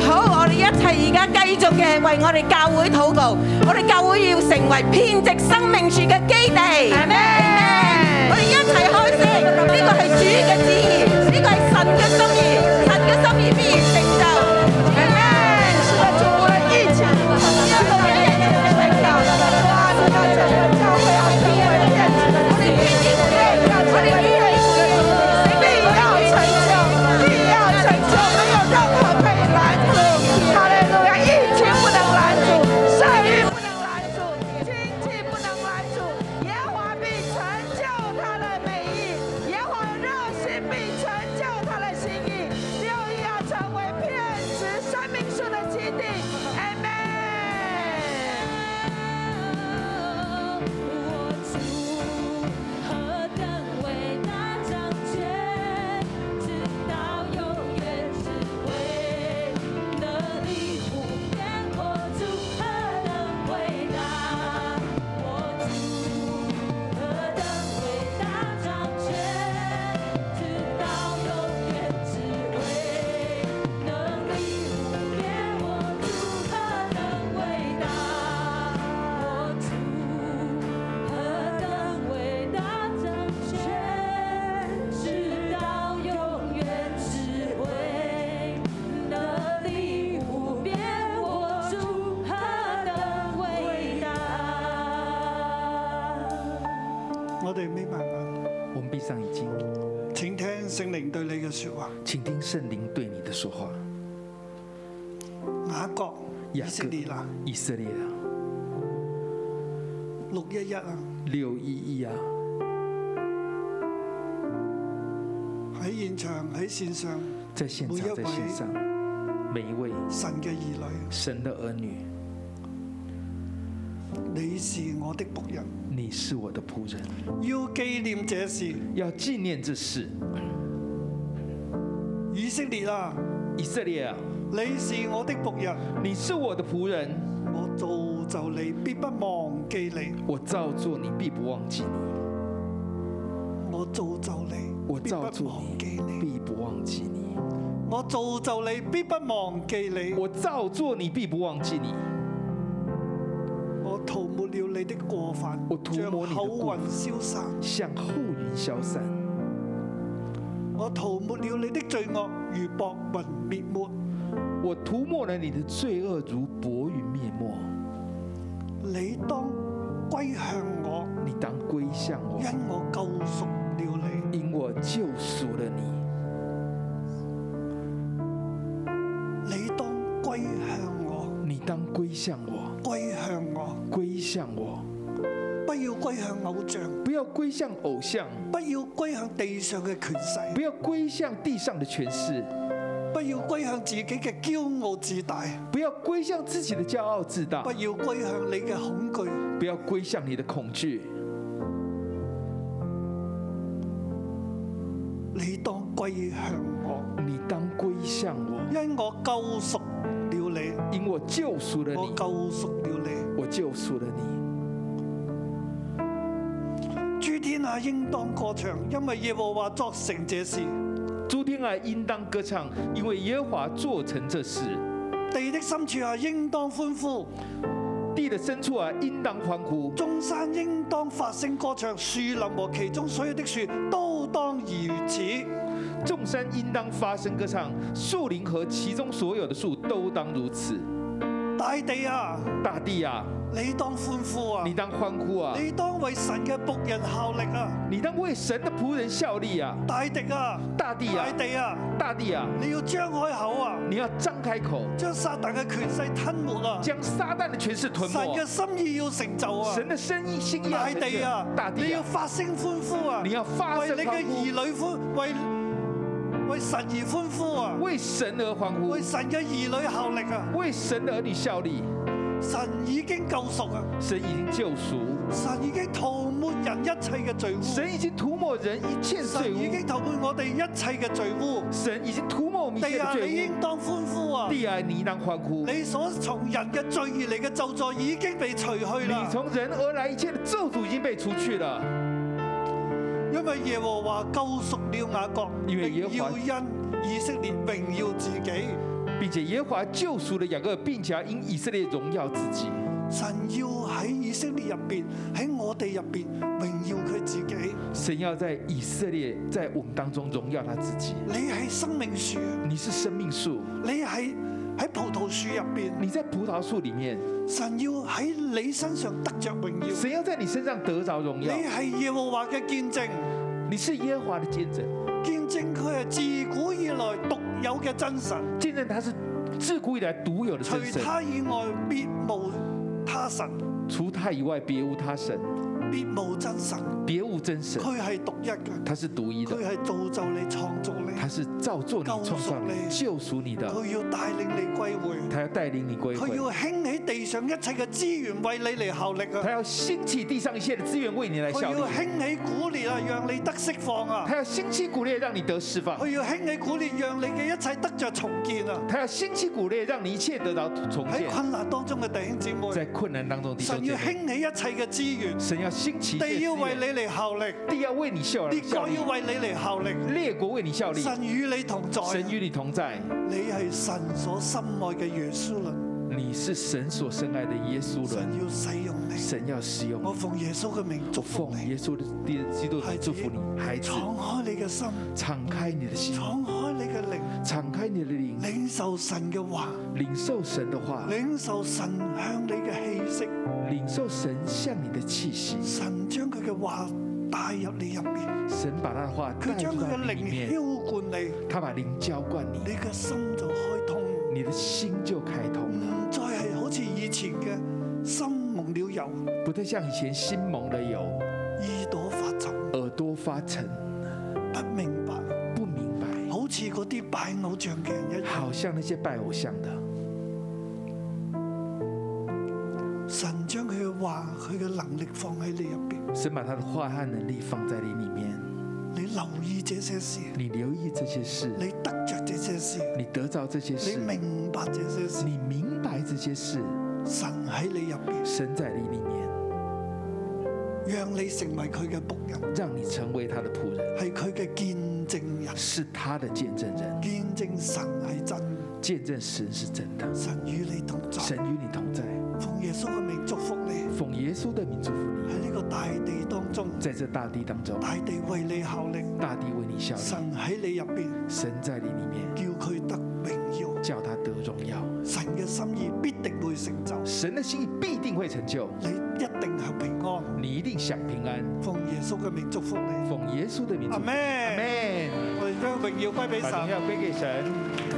S9: 好，我哋一齊而家繼續嘅為我哋教會禱告，我哋教會要成為編織生命樹嘅基地。係咩？我哋一齊開聲，呢個係主嘅旨意，呢個係神嘅心意，神嘅心意必然成就。係咩？是的，主，我哋一起，一個人一個成就。哇！主啊，真係教會好教會，我哋必定會，我哋必定會，必要成就，必要成就，沒有任何可以攔阻。哈利路亞，疫情不能攔阻，生育不能攔阻，經濟不能攔阻，耶和華必成就他的美意，耶和華的熱心必成就他的心意。六一要成為遍植生命樹的基地。
S8: 我主何等伟大掌权，直到永远是为的力不变。我主何等伟大，我主何等伟大掌权，直到永远是为能力不变。我主何等伟大，我主。何等伟大掌权，直到永远是为能力无边，我主何等伟大。
S2: 我哋眯埋眼，
S3: 我们闭上眼睛，
S2: 請聽聖靈對你嘅説話。
S3: 请听圣灵对你的说话。
S2: 雅各、以
S3: 雅
S2: 色
S3: 各
S2: 列啊，、
S3: 以色列啊，
S2: 六一一啊，
S3: 六一一啊，
S2: 喺現場喺線上，
S3: 在现
S2: 每一
S3: 场，
S2: 位
S3: 在线上，每一位
S2: 神嘅兒女，
S3: 神的儿女，
S2: 你是我的仆人，
S3: 你是我的仆人，
S2: 要紀念這事。
S3: 要纪念这事。
S2: 以色列啊，
S3: 以色列啊，
S2: 你是我的仆人，
S3: 你是我的仆人，
S2: 我造就你，必不忘記你。
S3: 我造作你必不忘记你，
S2: 我造就你，
S3: 我
S2: 必不
S3: 造作
S2: 忘記
S3: 你
S2: 你。
S3: 必不忘记你，
S2: 我造就你，必不忘記你。
S3: 我造作你必不忘记你，
S2: 我塗抹了你的過犯，
S3: 我塗抹你
S2: 像
S3: 的
S2: 口
S3: 過
S2: 雲消散。
S3: 像后云消散，
S2: 我塗抹了你的罪惡，如薄雲滅沒。
S3: 我涂抹了你的罪恶如薄云灭没，
S2: 你當歸向我，
S3: 你当归向我
S2: 因，我救贖了你。
S3: 因我救赎了你，
S2: 你當歸向我，
S3: 你当归向我，
S2: 歸向我，
S3: 归向我，
S2: 不要歸向偶像，
S3: 不要归向偶像，
S2: 不要歸向地上嘅權勢，
S3: 不要归向地上的权势，
S2: 不要歸向自己嘅驕傲自大，
S3: 不要归向自己的骄傲自大
S2: 不，要歸向你嘅恐懼。
S3: 不要归向你的恐惧，
S2: 你當歸向我，
S3: 你当归向我，
S2: 因我救贖了你，
S3: 因我救赎了
S2: 我
S3: 你。
S2: 救贖了你。
S3: 我救赎了你，
S2: 諸天下應當過場，因為耶和華作成這事。
S3: 诸天啊，应当歌唱，因为耶和华做成这事。
S2: 地的深處啊，應當歡呼；
S3: 地的深处啊，应当欢呼；
S2: 眾山應當發聲歌唱，樹林和其中所有的樹都當如此。
S3: 众山应当发声歌唱，树林和其中所有的树都当如此。
S2: 大地啊，
S3: 大地啊，
S2: 你當歡呼啊
S3: 你！当欢呼啊！
S2: 你當為神嘅仆人效力啊！
S3: 你当为神的仆人效力啊！
S2: 大地啊，
S3: 大地啊
S2: 大，地啊，
S3: 大地啊，
S2: 你要張開口啊，
S3: 你要张开口，
S2: 將撒旦嘅權勢吞沒啊！
S3: 将撒旦的权势吞
S2: 神
S3: 没
S2: 嘅。心意要成就啊！
S3: 神的声音心意要
S2: 大
S3: 成
S2: 地啊
S3: 就，大
S2: 你
S3: 地
S2: 要
S3: 啊，
S2: 發聲歡呼啊！
S3: 你要發
S2: 為
S3: 聲歡呼
S2: 你嘅兒女歡，為為為神而歡呼啊！
S3: 为神而欢呼，
S2: 為神嘅兒女效力啊！
S3: 为神的儿女效力。
S2: 神已經救贖啊！
S3: 神已经救赎，
S2: 神已經塗抹人一切嘅罪污。
S3: 神已经涂抹人一切罪
S2: 神已經
S3: 污，
S2: 塗抹我哋一切嘅罪污。
S3: 神已经涂抹我们一
S2: 地
S3: 切的
S2: 啊，你
S3: 罪
S2: 應當歡呼啊
S3: 污。！地啊，你应当欢呼。
S2: 你所從人嘅罪而嚟嘅咒詛已經被除去啦
S3: 你。从人而来一切的咒诅已经被除去了，
S2: 因為耶和華救贖了雅各，
S3: 因為耶
S2: 並
S3: 和華
S2: 要因以色列榮耀自己。
S3: 并且耶和华救赎了雅各，并且要因以色列荣耀自己。
S2: 神要喺以色列入邊，喺我哋入邊榮耀佢自己。
S3: 神要在以色列，在我们当中荣耀他自己。
S2: 你係生命樹，
S3: 你是生命树，
S2: 你係喺葡萄樹入邊，
S3: 你在葡萄树里面，
S2: 神要喺你身上得着榮耀。
S3: 神要在你身上得着荣
S2: 你
S3: 耀。
S2: 係耶和華嘅見證，
S3: 你是耶和华的见证，
S2: 見證佢係自古以來獨有嘅真神，
S3: 见证他是自古以来独有的
S2: 除
S3: 真神，
S2: 他以外別無他神，
S3: 除他以外别无他神，
S2: 別無真神。
S3: 别无真神，
S2: 佢係獨一嘅，
S3: 他是独一
S2: 佢
S3: 的，
S2: 係造就你、創造你，
S3: 他是造作你、创造你、救赎你的，
S2: 佢要帶領你歸回，
S3: 他要带领你归
S2: 佢
S3: 回。
S2: 要興起地上一切嘅資源為你嚟效力
S3: 他
S2: 啊！
S3: 要兴起地上一切的资源为你来
S2: 佢
S3: 效力
S2: 要，興起鼓裂啊，讓你得釋放啊！
S3: 他要兴起鼓励让你得释放
S2: 佢，要興起鼓裂，讓你嘅一切得着重建啊！
S3: 他要兴起鼓励让你一切得到重
S2: 喺
S3: 建。
S2: 困難當中嘅弟兄姊
S3: 在
S2: 妹，
S3: 困难当中，弟兄
S2: 神
S3: 姐
S2: 要
S3: 妹，
S2: 興起一切嘅資源，
S3: 神要兴起一切
S2: 地
S3: 资
S2: 要為
S3: 源，
S2: 你嚟效力，
S3: 地要为你效力
S2: 列，國要為你嚟效力，
S3: 列国为你效力，
S2: 神與你同在，
S3: 神与你同在。
S2: 你係神所深愛嘅耶穌啦，
S3: 你是神所深爱的耶稣
S2: 神
S3: 人，
S2: 要使用你。
S3: 神要使用
S2: 我
S3: 你。
S2: 奉耶穌嘅名祝福
S3: 奉
S2: 你，
S3: 耶稣的基督的祝福你，孩子，
S2: 敞開你嘅心，
S3: 敞开你的心，
S2: 敞開你嘅靈，
S3: 敞开你的灵，
S2: 領受神嘅話，
S3: 领受神的话，
S2: 領受神向你嘅氣息，
S3: 领受神向你的气息。
S2: 神將佢嘅話帶入你入面，
S3: 神把他的话带
S2: 佢將
S3: 入
S2: 佢
S3: 到
S2: 嘅
S3: 你里
S2: 靈
S3: 面，
S2: 澆灌你，
S3: 他把灵浇灌你，
S2: 你嘅心就開通，
S3: 你的心就开通了，
S2: 唔再係好似以前嘅心蒙了油，
S3: 不再像以前心蒙了油，
S2: 耳朵發沉，
S3: 耳朵發沉，
S2: 不明白，
S3: 不明白，
S2: 好似嗰啲拜偶像嘅人一樣。
S3: 好像那些拜偶像的。
S2: 神將佢嘅話、佢嘅能力放喺你入面，
S3: 神把他的话和能力放在你里面，
S2: 你留意這些事。
S3: 你留意这些事，
S2: 你得着这些事，
S3: 你得到这些
S2: 你
S3: 事，
S2: 明白这些事，
S3: 你明白这些事，
S2: 神喺你入边，
S3: 神在你里面，
S2: 让你成为佢嘅仆人，
S3: 让你成为他的仆人，
S2: 系佢嘅见证人，
S3: 是他的见证人，
S2: 见证神系真，
S3: 见证神是真的，
S2: 神与你同在。
S3: 神与你同在。
S2: 奉耶稣嘅名祝福你
S3: 奉耶稣的名祝福你，
S2: 喺呢个大地当中，
S3: 在这大地当中，
S2: 大地为你效力，
S3: 大地为你效力，
S2: 神喺你入边，
S3: 神在你里面，
S2: 叫佢得荣耀，
S3: 叫他得荣耀，
S2: 神嘅心意必定会成就，
S3: 神的心意必定会成就，
S2: 你一定系平安。
S3: 你一定享平安。
S2: 奉耶稣嘅名祝福你，
S3: 奉耶稣的名祝福你，
S2: 阿门
S3: 阿门。
S2: 我哋将荣耀归俾
S3: 把荣
S2: 神。
S3: 耀归给神。